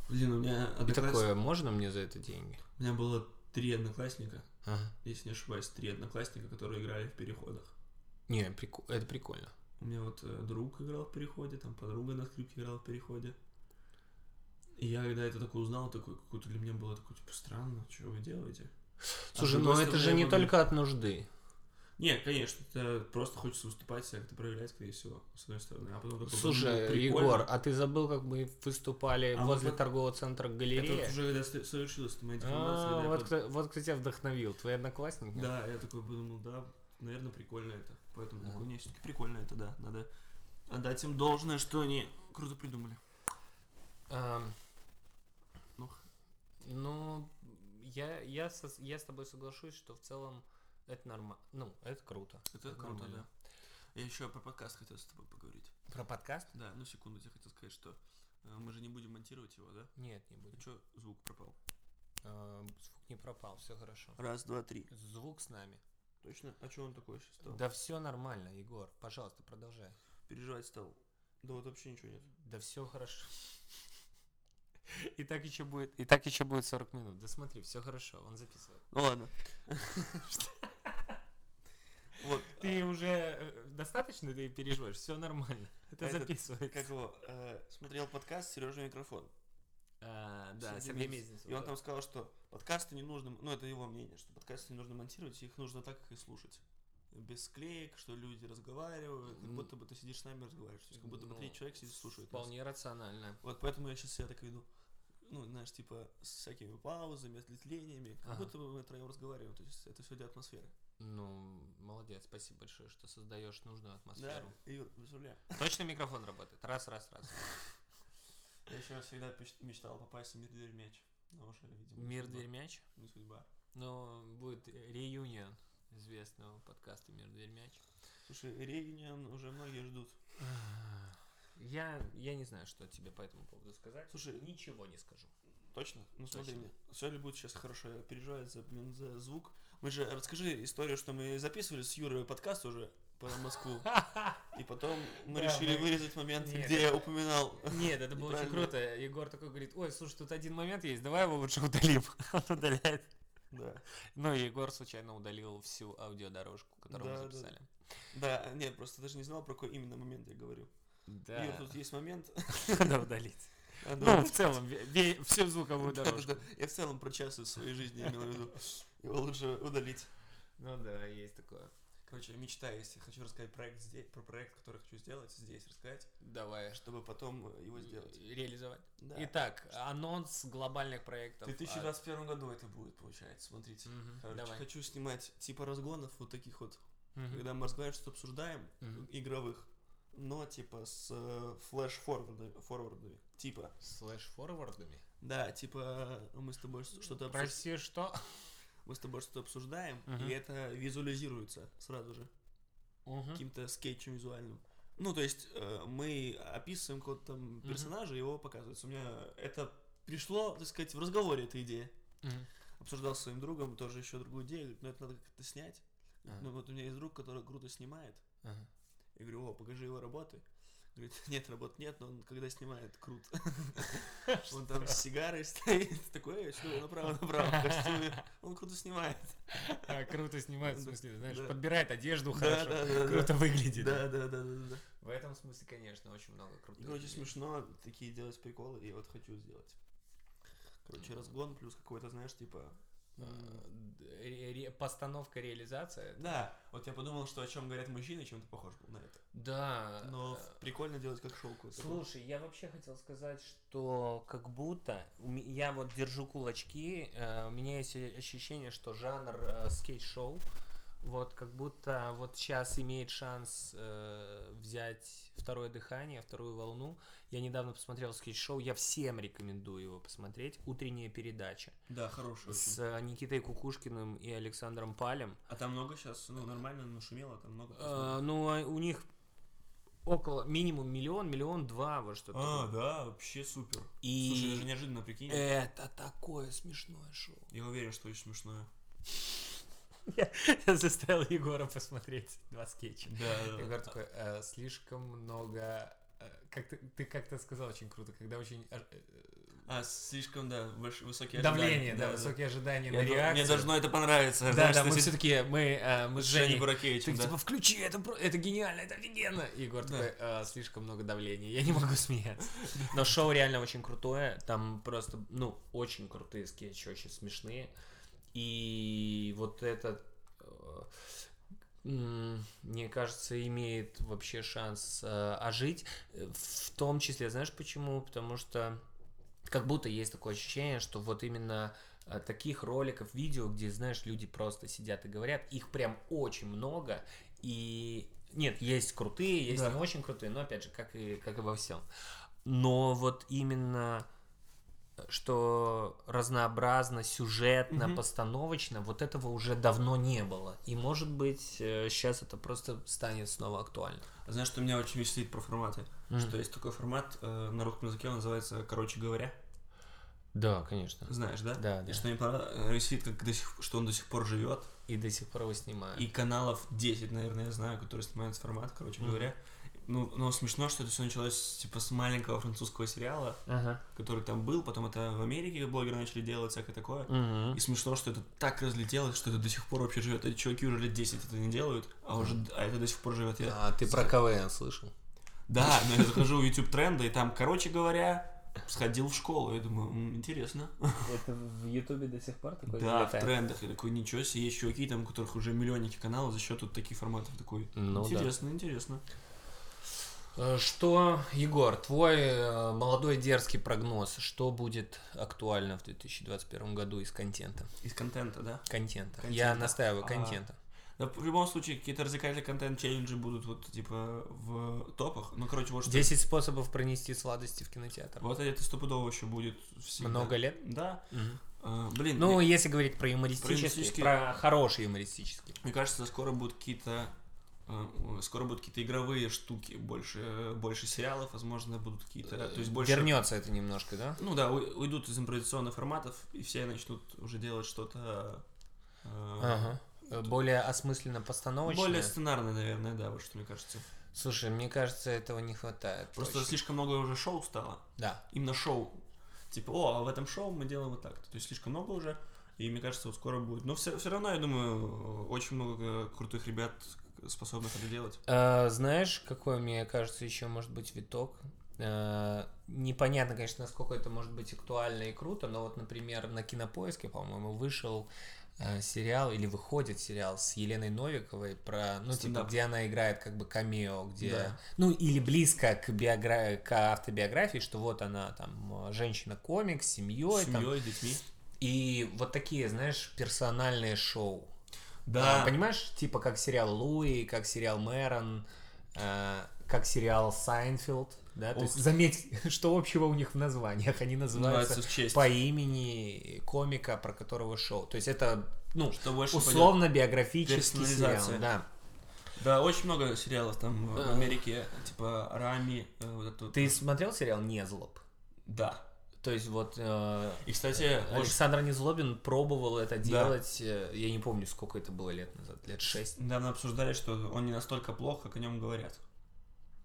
Speaker 2: Блин, у меня
Speaker 1: и
Speaker 2: однокласс-
Speaker 1: такое, можно мне за это деньги?
Speaker 2: У меня было три одноклассника,
Speaker 1: Ага.
Speaker 2: если не ошибаюсь, три одноклассника, которые играли в переходах.
Speaker 1: Не, прику- это прикольно.
Speaker 2: У меня вот э, друг играл в переходе, там подруга на скрипке играла в переходе. И я когда это такое узнал, такой какой-то для меня было такое, типа, странно, что вы делаете? А с
Speaker 1: Слушай, ну
Speaker 2: другой
Speaker 1: это же
Speaker 2: стороны,
Speaker 1: не
Speaker 2: вот-
Speaker 1: только от нужды.
Speaker 2: Не, конечно, это просто хочется выступать, себя как-то проявлять, скорее всего, с одной стороны. А потом такой,
Speaker 1: Слушай,
Speaker 2: «Блин, прикольно».
Speaker 1: Егор, а ты забыл, как мы выступали
Speaker 2: А вот
Speaker 1: возле
Speaker 2: это-
Speaker 1: торгового центра
Speaker 2: Это вот
Speaker 1: галерея?
Speaker 2: уже когда со- совершилась моя деформация,
Speaker 1: А,
Speaker 2: когда я
Speaker 1: вот,
Speaker 2: под-
Speaker 1: кто- вот кто тебя вдохновил, твой одноклассник?
Speaker 2: Да, я такой подумал, да, наверное, прикольно это. Поэтому
Speaker 1: Да.
Speaker 2: такой, не, все-таки прикольно это, да. Надо отдать им должное, что они круто придумали.
Speaker 1: Ам,
Speaker 2: Ну.
Speaker 1: А, ну, я, я, со- я с тобой соглашусь, что в целом это нормально. Ну, это круто.
Speaker 2: Это круто, да.
Speaker 1: нормально.
Speaker 2: Я еще про подкаст хотел с тобой поговорить.
Speaker 1: Про подкаст?
Speaker 2: Да, ну секунду, я хотел сказать, что э, мы же не будем монтировать его, да?
Speaker 1: Нет, не будет.
Speaker 2: Че, звук пропал?
Speaker 1: А, звук не пропал, все хорошо.
Speaker 2: Раз, два, три.
Speaker 1: Звук с нами.
Speaker 2: Точно? А что он такой сейчас стал?
Speaker 1: Да все нормально, Егор. Пожалуйста, продолжай.
Speaker 2: Переживать стал. Да вот вообще ничего нет.
Speaker 1: Да все хорошо. И так еще будет, и так еще будет 40 минут. Да смотри, все хорошо, он записывает.
Speaker 2: Ну ладно. [laughs] Вот,
Speaker 1: Ты уже э, достаточно ты [laughs] переживаешь, все нормально. Это
Speaker 2: А этот,
Speaker 1: записывается.
Speaker 2: как его, э, смотрел подкаст «Сережа микрофон».
Speaker 1: [laughs] А, да,
Speaker 2: Сергей
Speaker 1: Сергей Мезенцев.
Speaker 2: И он там сказал, что подкасты не нужно, ну это его мнение, что подкасты не нужно монтировать, их нужно так, как и слушать. Без склеек, что люди разговаривают, как
Speaker 1: Ну,
Speaker 2: будто бы ты сидишь с нами и разговариваешь. То есть как будто бы
Speaker 1: ну,
Speaker 2: третий человек сидит и слушает. нас.
Speaker 1: Вполне рационально.
Speaker 2: Вот поэтому я сейчас себя так веду. Ну, знаешь, типа с всякими паузами, ответвлениями, как
Speaker 1: Ага.
Speaker 2: будто бы мы троем разговариваем. То есть это все для атмосферы.
Speaker 1: Ну, молодец, спасибо большое, что создаешь нужную
Speaker 2: А
Speaker 1: атмосферу.
Speaker 2: Да, Юр, поздравляю.
Speaker 1: Точно микрофон работает? Раз, раз, раз.
Speaker 2: Я еще всегда печ- мечтал попасть в мир дверь мяч. Но уже, видимо, не
Speaker 1: Мир
Speaker 2: судьба.
Speaker 1: дверь мяч.
Speaker 2: Не судьба.
Speaker 1: Ну, будет реюнион известного подкаста Мир дверь мяч.
Speaker 2: Слушай, Региниан уже многие ждут.
Speaker 1: Я, я не знаю, что тебе по этому поводу сказать.
Speaker 2: Слушай,
Speaker 1: ничего не скажу.
Speaker 2: Точно? Ну смотри,
Speaker 1: Точно.
Speaker 2: мне. Сегодня будет сейчас хорошо, я переживаю за, блин, за звук. Мы же расскажи историю, что мы записывали с Юрой подкаст уже по Москву. И потом мы
Speaker 1: Да,
Speaker 2: решили
Speaker 1: мы-
Speaker 2: вырезать момент,
Speaker 1: Нет.
Speaker 2: где я упоминал.
Speaker 1: Нет, это было очень
Speaker 2: Неправильно.
Speaker 1: круто. Егор такой говорит, ой, слушай, тут один момент есть, давай его лучше удалим. [laughs] Он удаляет.
Speaker 2: Да.
Speaker 1: Ну, и Егор случайно удалил всю аудиодорожку, которую мы
Speaker 2: Да, да.
Speaker 1: записали.
Speaker 2: Да, нет, просто даже не знал, про какой именно момент я говорю.
Speaker 1: Да,
Speaker 2: Юр, тут есть момент.
Speaker 1: [laughs] надо удалить.
Speaker 2: Надо-
Speaker 1: Ну, в целом, ве- ве- всю звуковую дорожку.
Speaker 2: Да-да-да. Я в целом про часы своей жизни имел в виду. Его лучше удалить.
Speaker 1: Ну да, есть такое.
Speaker 2: Короче, мечта есть. Я хочу рассказать проект здесь, про проект, который хочу сделать здесь, рассказать,
Speaker 1: Давай, что
Speaker 2: чтобы потом его сделать.
Speaker 1: Реализовать.
Speaker 2: Да.
Speaker 1: Итак, анонс глобальных проектов.
Speaker 2: В 2021 году это будет, получается, смотрите.
Speaker 1: Мгм,
Speaker 2: Короче,
Speaker 1: давай.
Speaker 2: хочу снимать типа разгонов вот таких вот,
Speaker 1: А, мгм.
Speaker 2: когда мы разговариваем, что обсуждаем,
Speaker 1: Мгм.
Speaker 2: игровых, но типа с э, флэш-форвардами, форвардами, типа.
Speaker 1: Слэш-форвардами?
Speaker 2: Да, типа мы с тобой с- что-то обсуж-
Speaker 1: Прости, что?
Speaker 2: мы с тобой что-то обсуждаем,
Speaker 1: Мгм.
Speaker 2: и это визуализируется сразу же
Speaker 1: Мгм.
Speaker 2: каким-то скетчем визуальным. Ну, то есть э, мы описываем какого-то там
Speaker 1: Мгм.
Speaker 2: персонажа, его показывается. У меня это пришло, так сказать, в разговоре эта идея.
Speaker 1: Мгм.
Speaker 2: обсуждал с своим другом тоже еще другую идею, говорит, ну это надо как-то снять.
Speaker 1: Ага.
Speaker 2: Ну вот у меня есть друг, который круто снимает.
Speaker 1: Ага.
Speaker 2: Я говорю, о, покажи его работы. Говорит, [laughs] нет, работ нет, но он когда снимает,
Speaker 1: [laughs]
Speaker 2: круто. Он [laughs] там с сигарой стоит, [laughs] такой, что направо-направо в костюме. Он круто снимает.
Speaker 1: А, Круто снимает, в
Speaker 2: Да,
Speaker 1: смысле, знаешь,
Speaker 2: да.
Speaker 1: подбирает одежду
Speaker 2: Да,
Speaker 1: хорошо,
Speaker 2: да, да, да.
Speaker 1: круто выглядит.
Speaker 2: Да, да, да, да, да.
Speaker 1: В этом смысле, конечно, очень много
Speaker 2: И,
Speaker 1: крутых.
Speaker 2: короче,
Speaker 1: людей.
Speaker 2: смешно такие делать приколы, и вот хочу сделать. Короче, разгон плюс какой-то, знаешь, типа...
Speaker 1: А, д- ре- ре- Постановка, реализация.
Speaker 2: Да, вот я подумал, что о чем говорят мужчины, чем-то похож был на это.
Speaker 1: Да.
Speaker 2: Но
Speaker 1: э,
Speaker 2: прикольно делать как шоу какое-то.
Speaker 1: Слушай, я вообще хотел сказать, что как будто у ме- я вот держу кулачки, э, у меня есть э, ощущение, что жанр э, скейт-шоу вот как будто вот сейчас имеет шанс э, взять второе дыхание, вторую волну. Я недавно посмотрел скейт-шоу, я всем рекомендую его посмотреть. Утренняя передача
Speaker 2: Да, хороший очень.
Speaker 1: с э, Никитой Кукушкиным и Александром Палем.
Speaker 2: А там много сейчас, ну, нормально нашумело, там много.
Speaker 1: Э, ну, а у них около минимум миллион, миллион два, вот что-то. такое.
Speaker 2: А, да, вообще супер.
Speaker 1: И- Э,
Speaker 2: Слушай, даже неожиданно, прикинь.
Speaker 1: Это такое смешное шоу.
Speaker 2: Я уверен, что очень смешное.
Speaker 1: [laughs] Я заставил Егора посмотреть два скетча.
Speaker 2: Да,
Speaker 1: Егор такой, «Э, слишком много... э, Как ты, ты как-то сказал очень круто, когда очень э,
Speaker 2: А, слишком, да, выш- высокие
Speaker 1: давление,
Speaker 2: ожидания.
Speaker 1: да, высокие ожидания
Speaker 2: Я
Speaker 1: на
Speaker 2: дол- Мне
Speaker 1: реакцию.
Speaker 2: должно это понравиться.
Speaker 1: Да,
Speaker 2: Знаешь,
Speaker 1: да,
Speaker 2: что
Speaker 1: мы
Speaker 2: здесь
Speaker 1: все таки мы, э, мы с
Speaker 2: с Женей
Speaker 1: Женей,
Speaker 2: Буракевичем,
Speaker 1: так,
Speaker 2: да.
Speaker 1: типа, включи, это, про- это гениально, это офигенно. И Егор
Speaker 2: Да.
Speaker 1: такой, «Э, слишком много давления, я не могу смеяться. Но шоу реально очень крутое, там просто, ну, очень крутые скетчи, очень смешные. И вот этот, э, м, мне кажется, имеет вообще шанс э, ожить. Э, В том числе, знаешь почему? Потому что как будто есть такое ощущение, что вот именно э, таких роликов, видео, где, знаешь, люди просто сидят и говорят, их прям очень много, и нет, есть крутые, есть
Speaker 2: Да.
Speaker 1: не очень крутые, но опять же, как и, как и во всем. Но вот именно э, что разнообразно, сюжетно,
Speaker 2: Мгм.
Speaker 1: постановочно, вот этого уже давно не было. И может быть, э, сейчас это просто станет снова актуально.
Speaker 2: А Знаешь, что меня очень веселит про форматы? Что есть такой формат э, на русском языке, он называется «Короче говоря».
Speaker 1: Да, конечно.
Speaker 2: Знаешь, да?
Speaker 1: Да,
Speaker 2: И
Speaker 1: да.
Speaker 2: что мне понравилось, э, веселит, как до сих- что он до сих пор живет.
Speaker 1: И до сих пор его снимают.
Speaker 2: И каналов 10, наверное, я знаю, которые снимают формат, короче говоря. Ну, но смешно, что это все началось типа с маленького французского сериала,
Speaker 1: Ага.
Speaker 2: который там был, потом это в Америке блогеры начали делать, всякое такое. И смешно, что это так разлетелось, что это до сих пор вообще живет. Эти чуваки уже лет 10 это не делают, а уже а это до сих пор живет. Я...
Speaker 1: А ты про КВН слышал?
Speaker 2: Да, но я захожу в YouTube тренды, и там, короче говоря, сходил в школу. Я думаю, «М, интересно.
Speaker 1: Это в Ютубе до сих пор такое
Speaker 2: да, в
Speaker 1: залетает?
Speaker 2: трендах. Я такой, ничего себе, есть чуваки, там, у которых уже миллионники каналов за счет вот таких форматов. Такой,
Speaker 1: Ну да.
Speaker 2: интересно, интересно.
Speaker 1: Э, Что, Егор, твой э, молодой дерзкий прогноз, что будет актуально в 2021 году из контента?
Speaker 2: Из контента, да?
Speaker 1: Контента. Я
Speaker 2: Контента.
Speaker 1: настаиваю,
Speaker 2: А.
Speaker 1: контента.
Speaker 2: Да, в любом случае, какие-то развлекательные контент-челленджи будут вот, типа, в топах. Ну, короче, вот что...
Speaker 1: 10 способов пронести сладости в кинотеатр.
Speaker 2: Вот это стопудово еще будет всегда.
Speaker 1: Много лет?
Speaker 2: Да.
Speaker 1: Мгм.
Speaker 2: А, блин,
Speaker 1: Ну,
Speaker 2: мне,
Speaker 1: если говорить про юмористические, про,
Speaker 2: юмористические-
Speaker 1: хороший юмористический.
Speaker 2: мне кажется, скоро будут какие-то... а, Скоро будут какие-то игровые штуки, больше, э, больше сериалов, возможно, будут какие-то... То есть больше...
Speaker 1: Вернется это немножко, да?
Speaker 2: Ну да, у- уйдут из импровизационных форматов, и все начнут уже делать что-то... э,
Speaker 1: Ага. Э, Более осмысленно постановочное.
Speaker 2: Более сценарное, наверное, да, вот что мне кажется.
Speaker 1: Слушай, мне кажется, этого не хватает.
Speaker 2: Просто
Speaker 1: очень.
Speaker 2: слишком много уже шоу стало.
Speaker 1: Да.
Speaker 2: Именно шоу. Типа, о, а в этом шоу мы делаем вот так. То есть слишком много уже. И мне кажется, вот скоро будет. Но все, все равно, я думаю, очень много э, крутых ребят, способных это делать.
Speaker 1: А, знаешь, какой, мне кажется, еще может быть виток? А, непонятно, конечно, насколько это может быть актуально и круто, но вот, например, на Кинопоиске, по-моему, вышел а, сериал или выходит сериал с Еленой Новиковой про, ну, типа,
Speaker 2: Стендап.
Speaker 1: где она играет как бы камео, где,
Speaker 2: Да.
Speaker 1: ну, или близко к, биогра... к автобиографии, что вот она там э, женщина-комик с семьей,
Speaker 2: С семьей, с детьми.
Speaker 1: и вот такие, знаешь, персональные шоу. А,
Speaker 2: Да.
Speaker 1: Понимаешь, типа как сериал Луи, как сериал Мэрон, э, как сериал Сайнфилд, да? То
Speaker 2: Ох.
Speaker 1: есть заметь, [laughs] что общего у них в названиях. Они называются
Speaker 2: Называется в честь.
Speaker 1: по имени комика, про которого шоу. То есть это, ну,
Speaker 2: Что больше понятно.
Speaker 1: условно биографический сериал.
Speaker 2: Персонализация.
Speaker 1: Да.
Speaker 2: Да, очень много сериалов там в
Speaker 1: Э.
Speaker 2: Америке, типа Рами, э, вот это вот.
Speaker 1: Ты смотрел сериал Незлоб?
Speaker 2: Да.
Speaker 1: То есть вот э,
Speaker 2: И, кстати, очень
Speaker 1: Александр Незлобин пробовал это делать, э, я не помню, сколько это было лет назад, лет шесть.
Speaker 2: недавно обсуждали, что он не настолько плох, как о нем говорят.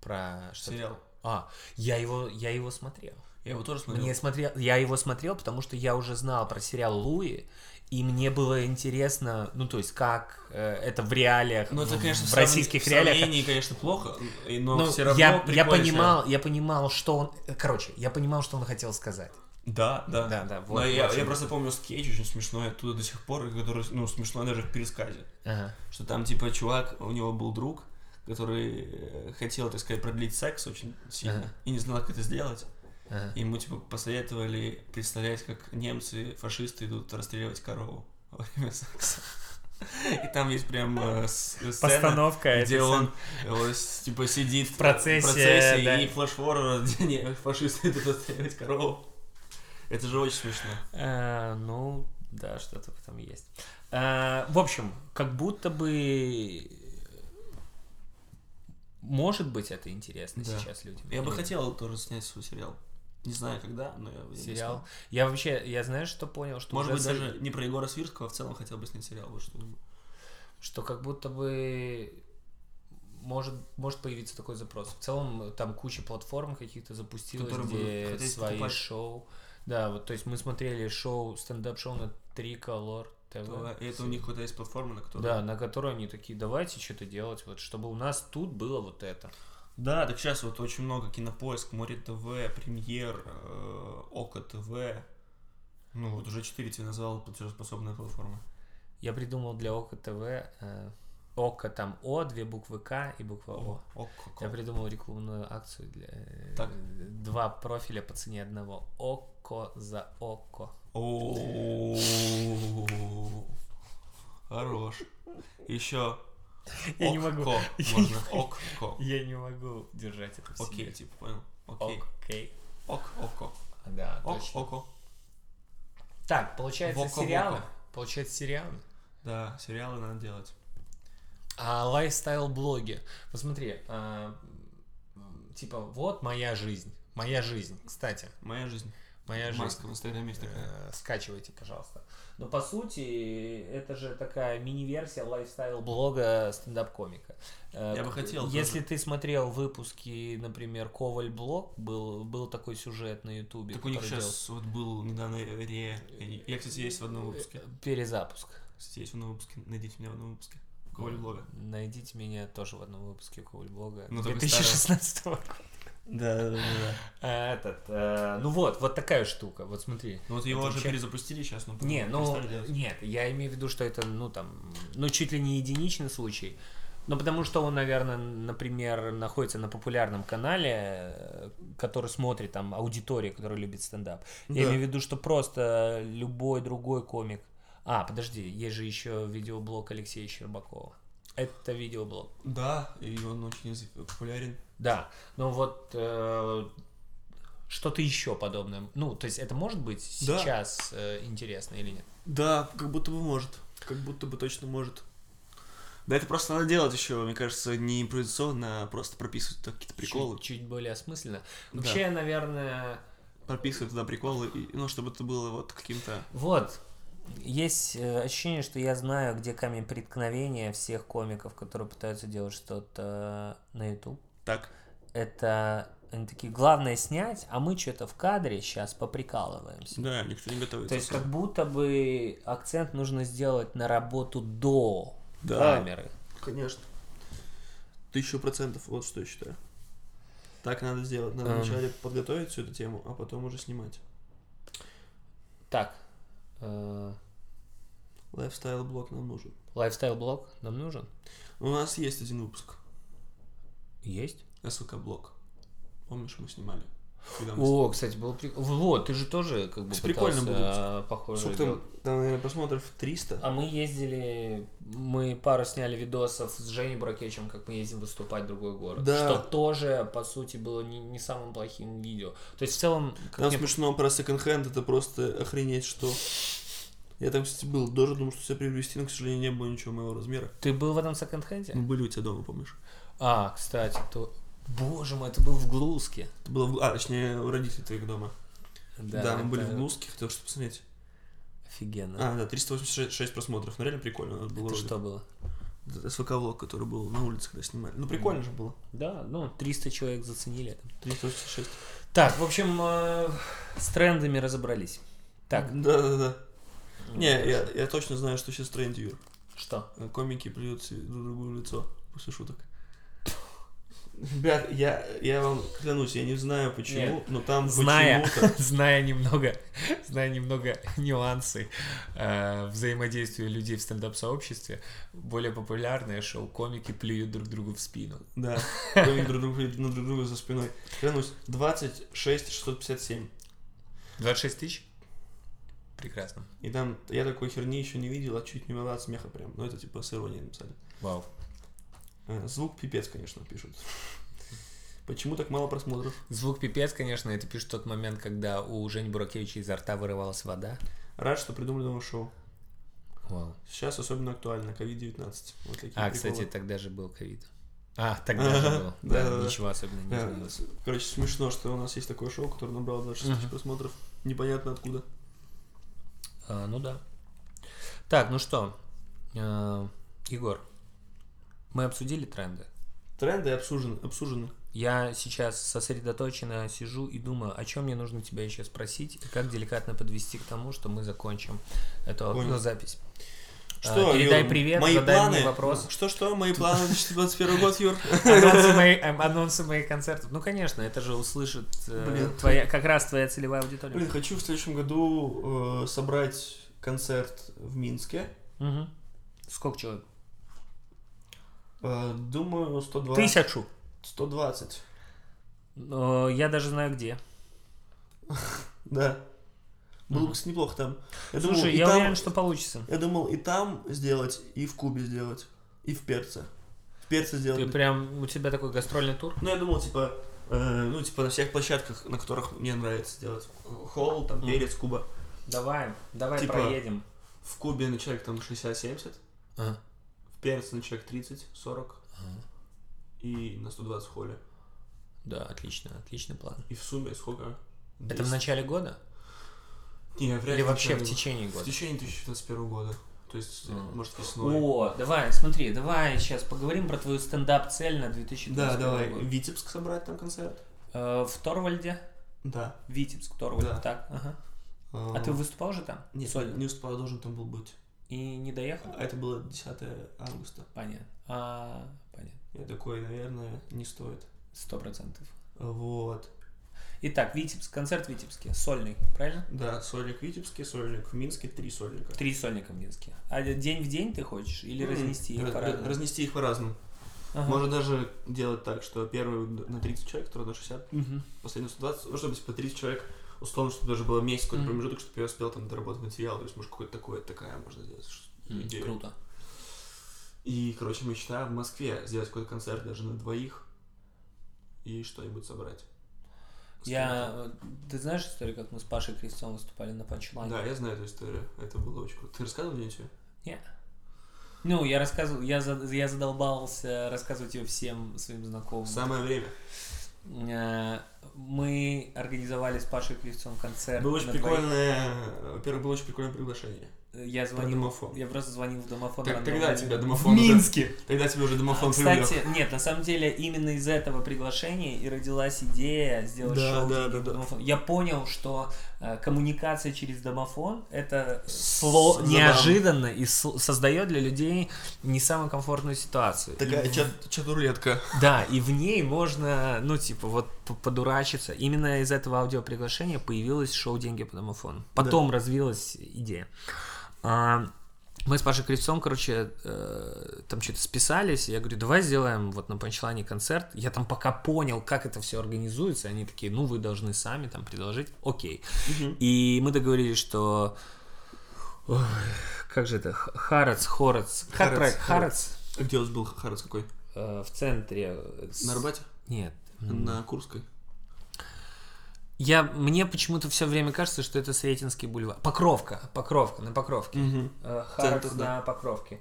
Speaker 1: Про что-то-
Speaker 2: Сериал.
Speaker 1: А, я его, я его смотрел.
Speaker 2: Я его тоже смотрел.
Speaker 1: Мне смотрел, я его смотрел, потому что я уже знал про сериал Луи, и мне было интересно, ну то есть как э, это в реалиях,
Speaker 2: Ну, это,
Speaker 1: в-
Speaker 2: конечно,
Speaker 1: в российских реалиях.
Speaker 2: сравнении, конечно, плохо, и- но
Speaker 1: Ну,
Speaker 2: все равно
Speaker 1: я, я
Speaker 2: прикольно.
Speaker 1: понимал, я понимал, что он, короче, я понимал, что он хотел сказать.
Speaker 2: Да, да.
Speaker 1: Да, да, вот,
Speaker 2: но я,
Speaker 1: вот.
Speaker 2: я просто помню скетч очень смешной оттуда до сих пор, и который, ну, смешной даже в пересказе.
Speaker 1: Ага.
Speaker 2: Что там, типа, чувак, у него был друг, который э, хотел, так сказать, продлить секс очень сильно
Speaker 1: Ага.
Speaker 2: и не знал, как это сделать.
Speaker 1: ага.
Speaker 2: Ему, типа, посоветовали представлять, как немцы, фашисты идут расстреливать корову во время секса. [laughs] И там есть прям э, с- сцена,
Speaker 1: Постановка,
Speaker 2: где
Speaker 1: это
Speaker 2: он э, с- типа сидит в
Speaker 1: процессе,
Speaker 2: процессе
Speaker 1: да.
Speaker 2: и флеш-форвард, [laughs] где не, фашисты идут отстреливать корову. Это же очень смешно.
Speaker 1: Э, ну, да, что-то там есть. Э, в общем, как будто бы... Может быть, это интересно
Speaker 2: Да.
Speaker 1: сейчас людям.
Speaker 2: Я бы
Speaker 1: Или-
Speaker 2: хотел тоже снять свой сериал. Не знаю когда, но я- я... не
Speaker 1: Сериал.
Speaker 2: снял.
Speaker 1: Я вообще, я знаю, что понял, что
Speaker 2: Может
Speaker 1: уже
Speaker 2: быть,
Speaker 1: со-
Speaker 2: даже не про Егора Свирского, а в целом хотел бы снять сериал. Вот что думаю.
Speaker 1: что как будто бы может, может появиться такой запрос. В целом там куча платформ каких-то запустилось,
Speaker 2: Которые
Speaker 1: где
Speaker 2: будут хотеть
Speaker 1: свои
Speaker 2: покупать.
Speaker 1: шоу. Да, вот то есть мы смотрели шоу, стендап-шоу на три колор
Speaker 2: То- И это у них какая-то есть платформа, на которой...
Speaker 1: Да, на которой они такие, давайте что-то делать, вот, чтобы у нас тут было вот это.
Speaker 2: Да, так сейчас вот очень много кинопоиск, Море ТВ, Премьер, э, Око ТВ. Ну вот уже четыре тебе назвал платежеспособные платформы.
Speaker 1: Я придумал для ОКО ТВ, э, ОКО там О, две буквы К и буква О.
Speaker 2: Око.
Speaker 1: Я придумал рекламную акцию для э,
Speaker 2: Так.
Speaker 1: два профиля по цене одного. Око за око.
Speaker 2: О, Хорош. Еще.
Speaker 1: Я не могу.
Speaker 2: Окко.
Speaker 1: [laughs] Я не
Speaker 2: Можно. Окко.
Speaker 1: Я не могу держать это в
Speaker 2: Окей,
Speaker 1: себе.
Speaker 2: типа, понял. Окей.
Speaker 1: Окей.
Speaker 2: Ок, око.
Speaker 1: Да,
Speaker 2: Ок,
Speaker 1: точно.
Speaker 2: око.
Speaker 1: Так, получается
Speaker 2: Воко-воко.
Speaker 1: сериалы. Получается сериалы.
Speaker 2: Да, сериалы надо делать.
Speaker 1: А лайфстайл-блоги. Посмотри, а, м, типа, вот моя жизнь. Моя жизнь, кстати.
Speaker 2: Моя жизнь.
Speaker 1: Моя жизнь.
Speaker 2: Маска в Инстаграме есть такая.
Speaker 1: Э, скачивайте, пожалуйста. Но по сути, это же такая мини-версия лайфстайл-блога стендап-комика. Э,
Speaker 2: Я бы хотел
Speaker 1: Если ты смотрел выпуски, например, Коваль Блог, был, был такой сюжет на Ютубе.
Speaker 2: Так у них
Speaker 1: который делал-
Speaker 2: сейчас вот был недавно ре... Я, кстати, есть в одном выпуске.
Speaker 1: Э, Перезапуск.
Speaker 2: Кстати, есть в одном выпуске. Найдите меня в одном выпуске. Коваль блога.
Speaker 1: Найдите меня тоже в одном выпуске Коваль Блога
Speaker 2: Ну, только
Speaker 1: 2016 года.
Speaker 2: Да, да, да, да.
Speaker 1: А, Этот, э, ну вот, вот такая штука. Вот смотри.
Speaker 2: Ну вот его
Speaker 1: Это
Speaker 2: уже
Speaker 1: вообще-
Speaker 2: перезапустили сейчас, ну
Speaker 1: Не, ну,
Speaker 2: перестали делать.
Speaker 1: нет, я имею в виду, что это, ну, там, ну, чуть ли не единичный случай. Ну, потому что он, наверное, например, находится на популярном канале, э, который смотрит там аудитория, которая любит стендап. Я
Speaker 2: Да.
Speaker 1: имею в виду, что просто любой другой комик. А, подожди, есть же еще видеоблог Алексея Щербакова. Это видеоблог.
Speaker 2: Да, и он очень из- популярен.
Speaker 1: Да, ну вот э, что-то еще подобное. Ну, то есть это может быть
Speaker 2: Да.
Speaker 1: сейчас э, интересно или нет?
Speaker 2: Да, как будто бы может. Как будто бы точно может. Да это просто надо делать еще, мне кажется, не импровизационно, а просто прописывать туда какие-то приколы.
Speaker 1: Чуть, чуть более осмысленно.
Speaker 2: Да.
Speaker 1: Вообще, наверное,
Speaker 2: Прописывать туда приколы, и, ну, чтобы это было вот каким-то...
Speaker 1: вот есть э, ощущение, что я знаю, где камень преткновения всех комиков, которые пытаются делать что-то э, на YouTube.
Speaker 2: Так.
Speaker 1: Это они такие, главное снять, а мы что-то в кадре сейчас поприкалываемся.
Speaker 2: Да, никто не готовится.
Speaker 1: То есть как будто бы акцент нужно сделать на работу до
Speaker 2: Да.
Speaker 1: камеры.
Speaker 2: Конечно. Тысячу процентов, вот что я считаю. Так надо сделать. Надо
Speaker 1: Эм.
Speaker 2: вначале подготовить всю эту тему, а потом уже снимать.
Speaker 1: Так, э,
Speaker 2: Лайфстайл-блог нам нужен.
Speaker 1: лайфстайл-блог нам нужен?
Speaker 2: У нас есть один выпуск.
Speaker 1: Есть.
Speaker 2: СВК-блог. Помнишь, мы снимали? Когда мы
Speaker 1: О, кстати, было прикольно. Вот, ты же тоже как бы
Speaker 2: С прикольным
Speaker 1: пытался,
Speaker 2: был выпуск.
Speaker 1: а, похоже
Speaker 2: Сколько
Speaker 1: делать.
Speaker 2: там, там, наверное, просмотров 300.
Speaker 1: А мы ездили, мы пару сняли видосов с Женей Бракечем, как мы ездим выступать в другой город.
Speaker 2: Да.
Speaker 1: Что тоже, по сути, было не, не самым плохим видео. То есть в целом... как
Speaker 2: Там
Speaker 1: мне-
Speaker 2: смешно про секонд-хенд, это просто охренеть, что... Я там, кстати, был, тоже думал, что себя приобрести, но, к сожалению, не было ничего моего размера.
Speaker 1: Ты был в этом секонд-хенде?
Speaker 2: Мы были у тебя дома, помнишь?
Speaker 1: А, кстати, то... Боже мой, это был в Глузке.
Speaker 2: Это было в... Гл- А, точнее, у родителей твоих дома. Да, мы были в
Speaker 1: это
Speaker 2: Глузке, хотел что посмотреть.
Speaker 1: Офигенно.
Speaker 2: А, да, 386 просмотров. Ну, реально прикольно. Надо было
Speaker 1: это что было?
Speaker 2: СВК-влог, который был на улице, когда снимали. Ну, прикольно же было.
Speaker 1: Да, ну, 300 человек заценили это.
Speaker 2: 386.
Speaker 1: Так, в общем, э, с трендами разобрались. Так. Ну,
Speaker 2: Да-да-да. Не, я, я точно знаю, что сейчас тренд, Юр.
Speaker 1: Что? [laughs]
Speaker 2: Комики плюют си- друг другу в лицо после шуток. Ребят, я, я вам клянусь, я не знаю почему, но там
Speaker 1: Зная,
Speaker 2: почему-то...
Speaker 1: зная немного, зная немного нюансы э, взаимодействия людей в стендап-сообществе, более популярное шоу комики плюют друг другу в спину. [laughs]
Speaker 2: Да, комики друг друга, на друг друга за спиной. Клянусь, 26 657.
Speaker 1: 26 тысяч? Прекрасно.
Speaker 2: И там, я такой херни еще не видел, а чуть не умерла от смеха прям. Ну, это типа с иронией написали.
Speaker 1: Вау.
Speaker 2: Э, Звук пипец, конечно, пишут. [laughs] Почему так мало просмотров?
Speaker 1: Звук пипец, конечно, это пишет тот момент, когда у Жени Буракевича изо рта вырывалась вода.
Speaker 2: Рад, что придумали новое шоу.
Speaker 1: Вау.
Speaker 2: Сейчас особенно актуально, COVID-19. Вот такие
Speaker 1: А,
Speaker 2: приколы.
Speaker 1: кстати, тогда же был ковид. А, тогда же был. Да,
Speaker 2: Да-да-да.
Speaker 1: ничего особенного не
Speaker 2: Да,
Speaker 1: изменилось.
Speaker 2: с- Э, короче, смешно, что у нас есть такое шоу, которое набрало 26 тысяч просмотров. Непонятно откуда.
Speaker 1: А, ну да. Так, ну что, э, Егор, мы обсудили тренды.
Speaker 2: Тренды обсужены. обсужены.
Speaker 1: Я сейчас сосредоточенно сижу и думаю, о чем мне нужно тебя еще спросить, и как деликатно подвести к тому, что мы закончим эту
Speaker 2: Понял.
Speaker 1: ну, запись. А,
Speaker 2: Что,
Speaker 1: передай
Speaker 2: Юр,
Speaker 1: привет,
Speaker 2: мои
Speaker 1: задай
Speaker 2: планы?
Speaker 1: мне
Speaker 2: [laughs]
Speaker 1: вопрос.
Speaker 2: Что-что, мои планы на 2021 год, Юр?
Speaker 1: Анонсы, мои- эм, анонсы моих концертов. Ну, конечно, это же услышит э,
Speaker 2: Блин.
Speaker 1: твоя, как раз твоя целевая аудитория.
Speaker 2: Блин, хочу в следующем году э, собрать концерт в Минске.
Speaker 1: Мгм. Сколько человек?
Speaker 2: Э, Думаю, 120.
Speaker 1: Тысячу.
Speaker 2: 120.
Speaker 1: Но я даже знаю где.
Speaker 2: Да. Было бы, кстати, неплохо там. Я думал,
Speaker 1: Слушай,
Speaker 2: Ну, и
Speaker 1: я
Speaker 2: там-
Speaker 1: уверен, что получится.
Speaker 2: Я думал и там сделать, и в Кубе сделать, и в Перце. В Перце сделать.
Speaker 1: Ты прям, у тебя такой гастрольный тур?
Speaker 2: Ну, я думал, типа, э, ну, типа на всех площадках, на которых мне нравится делать. Холл, там,
Speaker 1: Мгм.
Speaker 2: Перец, Куба.
Speaker 1: Давай, давай
Speaker 2: Типа-
Speaker 1: проедем.
Speaker 2: В Кубе на человек там 60-70,
Speaker 1: А,
Speaker 2: в Перце на человек 30-40 и на 120 в холле.
Speaker 1: Да, отлично, отличный план.
Speaker 2: И в сумме сколько?
Speaker 1: Это в
Speaker 2: 200?
Speaker 1: начале года?
Speaker 2: Не, вряд
Speaker 1: Или
Speaker 2: ли
Speaker 1: вообще в
Speaker 2: начало.
Speaker 1: течение
Speaker 2: В
Speaker 1: года?
Speaker 2: течение 2021 года. То есть, э,
Speaker 1: Мгм.
Speaker 2: может, весной.
Speaker 1: А. О, давай, смотри, давай сейчас поговорим про твою стендап-цель на 2020
Speaker 2: Да, давай. Витебск собрать там концерт.
Speaker 1: Э, В Торвальде?
Speaker 2: Да.
Speaker 1: Витебск, Торвальд,
Speaker 2: Да.
Speaker 1: так. ага. А ты выступал же там?
Speaker 2: Эм, Нет,
Speaker 1: Сольно?
Speaker 2: не успел, я должен там был быть.
Speaker 1: И не доехал?
Speaker 2: А это было 10 августа.
Speaker 1: Понятно. А, понятно.
Speaker 2: Я такой, наверное, не стоит.
Speaker 1: Сто процентов.
Speaker 2: Вот.
Speaker 1: Итак, Витебск, концерт в Витебске, сольный, правильно?
Speaker 2: Да, сольник в Витебске, сольник в Минске, три сольника.
Speaker 1: Три сольника в Минске. А день в день ты хочешь или
Speaker 2: М,
Speaker 1: разнести их
Speaker 2: ра-
Speaker 1: по
Speaker 2: ра-
Speaker 1: разному?
Speaker 2: Разнести их по-разному.
Speaker 1: Ага.
Speaker 2: Можно даже делать так, что первый на 30 человек, второй на 60,
Speaker 1: Мгм.
Speaker 2: последний 120, ну, чтобы типа 30 человек условно, чтобы даже было месяц какой-то
Speaker 1: Мгм.
Speaker 2: промежуток, чтобы я успел там доработать материал, то есть, может, какое-то такое, такая можно сделать ш-
Speaker 1: М,
Speaker 2: идея.
Speaker 1: Круто.
Speaker 2: И, короче, мечта в Москве сделать какой-то концерт даже на двоих и что-нибудь собрать. С
Speaker 1: Я,
Speaker 2: кем-то.
Speaker 1: э, ты знаешь историю, как мы с Пашей Крестцом выступали на панчлайне?
Speaker 2: Да, я знаю эту историю, это было очень круто. Ты рассказывал мне её?
Speaker 1: Ну, я рассказывал, я, за- я задолбался рассказывать ее всем своим знакомым.
Speaker 2: Самое время.
Speaker 1: Э, Мы организовали с Пашей Крестцом концерт.
Speaker 2: Было очень
Speaker 1: на двоих.
Speaker 2: прикольное, во-первых, было очень прикольное приглашение.
Speaker 1: Я
Speaker 2: Про
Speaker 1: звонил,
Speaker 2: домофон.
Speaker 1: я просто звонил в домофон.
Speaker 2: Так,
Speaker 1: рандомно. А,
Speaker 2: тогда тебя домофон уже- [laughs] Тогда тебе уже домофон привлёк.
Speaker 1: Кстати, нет, на самом деле именно из этого приглашения и родилась идея сделать
Speaker 2: Да,
Speaker 1: шоу
Speaker 2: да,
Speaker 1: «Деньги
Speaker 2: да,
Speaker 1: в
Speaker 2: да.
Speaker 1: домофон». Я понял, что э, коммуникация через домофон это сло
Speaker 2: Забавно.
Speaker 1: неожиданно и сл- создает для людей не самую комфортную ситуацию.
Speaker 2: Такая
Speaker 1: И в-
Speaker 2: чат- чатурулетка.
Speaker 1: Да, и в ней можно, ну, типа, вот п- подурачиться. Именно из этого аудиоприглашения появилось шоу «Деньги по домофону». Потом развилась идея. А, мы с Пашей Крестцом, короче, э, там что-то списались. Я говорю, давай сделаем вот на панчлайне концерт. Я там пока понял, как это все организуется. Они такие, ну, вы должны сами там предложить. Окей. И мы договорились, что... Ой, как же это? Х- Харац, Хорац. Как
Speaker 2: Харац,
Speaker 1: правильно?
Speaker 2: Харац.
Speaker 1: Харац?
Speaker 2: А где у вас был Харац какой?
Speaker 1: Э, в центре. э, с-
Speaker 2: На Арбате?
Speaker 1: Нет.
Speaker 2: На Курской?
Speaker 1: Я, мне почему-то все время кажется, что это Сретенский бульвар. Покровка, Покровка, на Покровке. Э, Харакс
Speaker 2: Центр, да.
Speaker 1: на Покровке.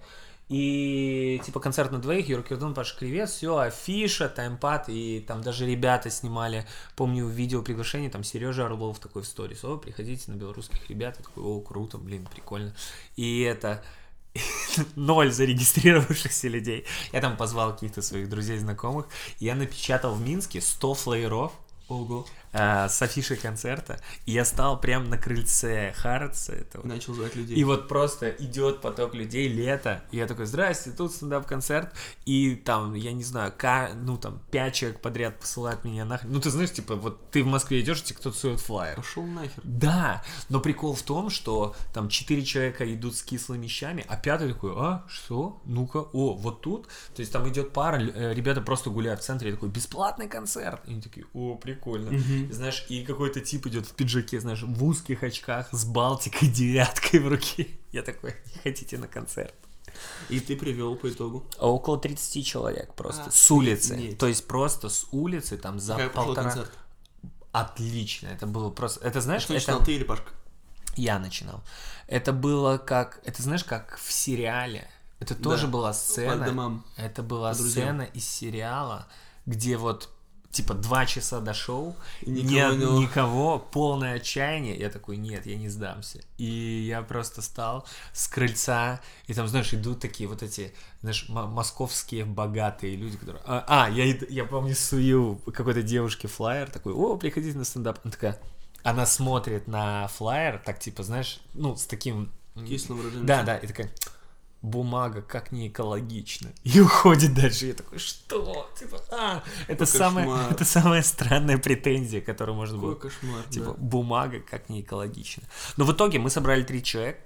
Speaker 1: И типа концерт на двоих, Юра Кирдон, Паша Кривец, все, афиша, таймпад, и там даже ребята снимали, помню, видео приглашение, там Сережа Орлов такой в сторис, о, приходите на белорусских ребят, я такой, о, круто, блин, прикольно. И это, [laughs] ноль зарегистрировавшихся людей. Я там позвал каких-то своих друзей, знакомых, и я напечатал в Минске 100 флееров,
Speaker 2: Ого.
Speaker 1: а, с афишей концерта, и я стал прям на крыльце Харатса этого.
Speaker 2: Начал звать людей.
Speaker 1: И вот просто идет поток людей, лето, и я такой, здрасте, тут стендап-концерт, и там, я не знаю, ка- ну там, пять человек подряд посылают меня нахрен. Ну ты знаешь, типа, вот ты в Москве идешь, и тебе кто-то сует флайер.
Speaker 2: Пошел нахер.
Speaker 1: Да, но прикол в том, что там четыре человека идут с кислыми щами, а пятый такой, а, что? Ну-ка, о, вот тут. То есть там идет пара, э, ребята просто гуляют в центре, и такой, бесплатный концерт. И они такие, о, прикольно. Знаешь, и какой-то тип идет в пиджаке, знаешь, в узких очках, с Балтикой девяткой в руке. [laughs] Я такой, не хотите на концерт?
Speaker 2: И ты привел по итогу.
Speaker 1: А Около 30 человек просто,
Speaker 2: А,
Speaker 1: с улицы.
Speaker 2: нет.
Speaker 1: То есть просто с улицы, там за
Speaker 2: Как пошел
Speaker 1: полтора...
Speaker 2: концерт?
Speaker 1: Отлично, это было просто... Это знаешь,
Speaker 2: Что
Speaker 1: это...
Speaker 2: начинал ну ты или Пашка?
Speaker 1: Я начинал. Это было как... Это знаешь, как в сериале. Это тоже была
Speaker 2: По
Speaker 1: сцена.
Speaker 2: домам.
Speaker 1: Это была
Speaker 2: По друзьям.
Speaker 1: сцена из сериала, где вот типа два часа до шоу,
Speaker 2: И
Speaker 1: ни-
Speaker 2: никого
Speaker 1: никого,
Speaker 2: не-
Speaker 1: полное отчаяние. Я такой, нет, я не сдамся. И я просто стал с крыльца, и там, знаешь, идут такие вот эти, знаешь, м- московские богатые люди, которые... А, а, я, иду- я помню, сую какой-то девушке флаер, такой, о, приходите на стендап. Она такая... Она смотрит на флаер, так типа, знаешь, ну, с таким... м,
Speaker 2: Кислым Типа, выражением.
Speaker 1: да, да, и такая бумага как не экологично. [laughs] И уходит дальше. Я такой, что? Типа, а, это, самая,
Speaker 2: Ну, кошмар.
Speaker 1: это самая странная претензия, которую можно
Speaker 2: Какой
Speaker 1: было.
Speaker 2: кошмар.
Speaker 1: Типа,
Speaker 2: да.
Speaker 1: бумага как не экологично. Но в итоге мы собрали три человека.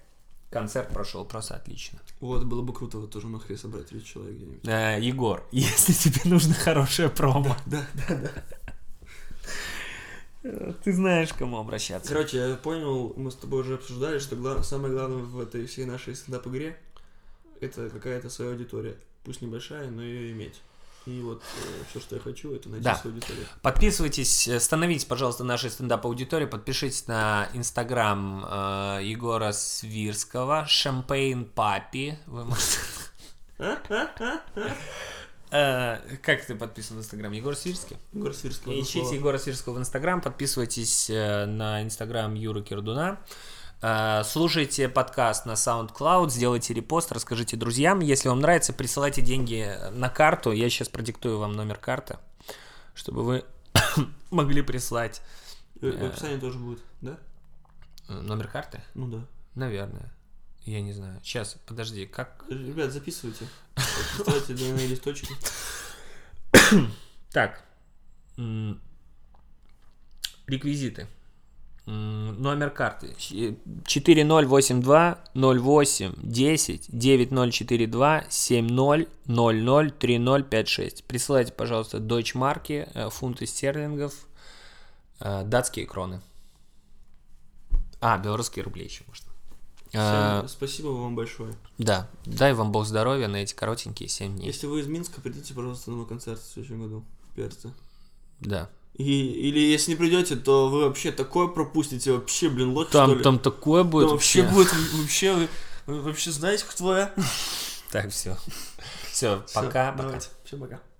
Speaker 1: Концерт прошел просто отлично.
Speaker 2: Вот, было бы круто вот тоже в Москве собрать 30 человек где-нибудь.
Speaker 1: Э, Егор, [laughs] если тебе нужно хорошее промо,
Speaker 2: Да, да, да.
Speaker 1: э, ты знаешь, к кому обращаться.
Speaker 2: Короче, я понял, мы с тобой уже обсуждали, что гла- самое главное в этой всей нашей стендап-игре это какая-то своя аудитория. Пусть небольшая, но ее иметь. И вот все, что я хочу, это найти
Speaker 1: Да.
Speaker 2: свою аудиторию.
Speaker 1: Подписывайтесь, э, становитесь, пожалуйста, нашей стендап-аудиторией. Подпишитесь на инстаграм э, Егора Свирского, Шампейн Папи. Вы можете- [laughs]
Speaker 2: А?
Speaker 1: Э, Как ты подписан в инстаграм? Егор Свирский?
Speaker 2: Егор Свирский. одно
Speaker 1: Ищите
Speaker 2: слово.
Speaker 1: Егора Свирского в инстаграм, подписывайтесь э, на инстаграм Юры Кирдуна. Э, Слушайте подкаст на SoundCloud, сделайте репост, расскажите друзьям. Если вам нравится, присылайте деньги на карту. Я сейчас продиктую вам номер карты, чтобы вы [coughs] могли прислать
Speaker 2: Э, В описании тоже будет, да?
Speaker 1: Э, Номер карты?
Speaker 2: Ну да.
Speaker 1: Наверное. Я не знаю. Сейчас, подожди, как... [laughs]
Speaker 2: Ребят, записывайте. Ставьте двойные листочки.
Speaker 1: Так. М, Реквизиты. М, Номер карты. Щ- 4082 08 10 9042 70 00 3056. Присылайте, пожалуйста, дочмарки, э, фунты стерлингов, э, датские кроны. А, белорусские рубли еще можно. А. Э,
Speaker 2: Всем Спасибо вам большое.
Speaker 1: Да, дай вам бог здоровья на эти коротенькие 7 дней.
Speaker 2: Если вы из Минска, придите, пожалуйста, на мой концерт в следующем году. Перцы.
Speaker 1: Да.
Speaker 2: И, или если не придете, то вы вообще такое пропустите, вообще, блин, лох, что
Speaker 1: Там,
Speaker 2: ли?
Speaker 1: там такое
Speaker 2: Там
Speaker 1: будет
Speaker 2: вообще
Speaker 1: вообще.
Speaker 2: будет, вообще, вы, вы вообще знаете, кто я?
Speaker 1: Так, все. Все, пока, пока.
Speaker 2: Всем пока.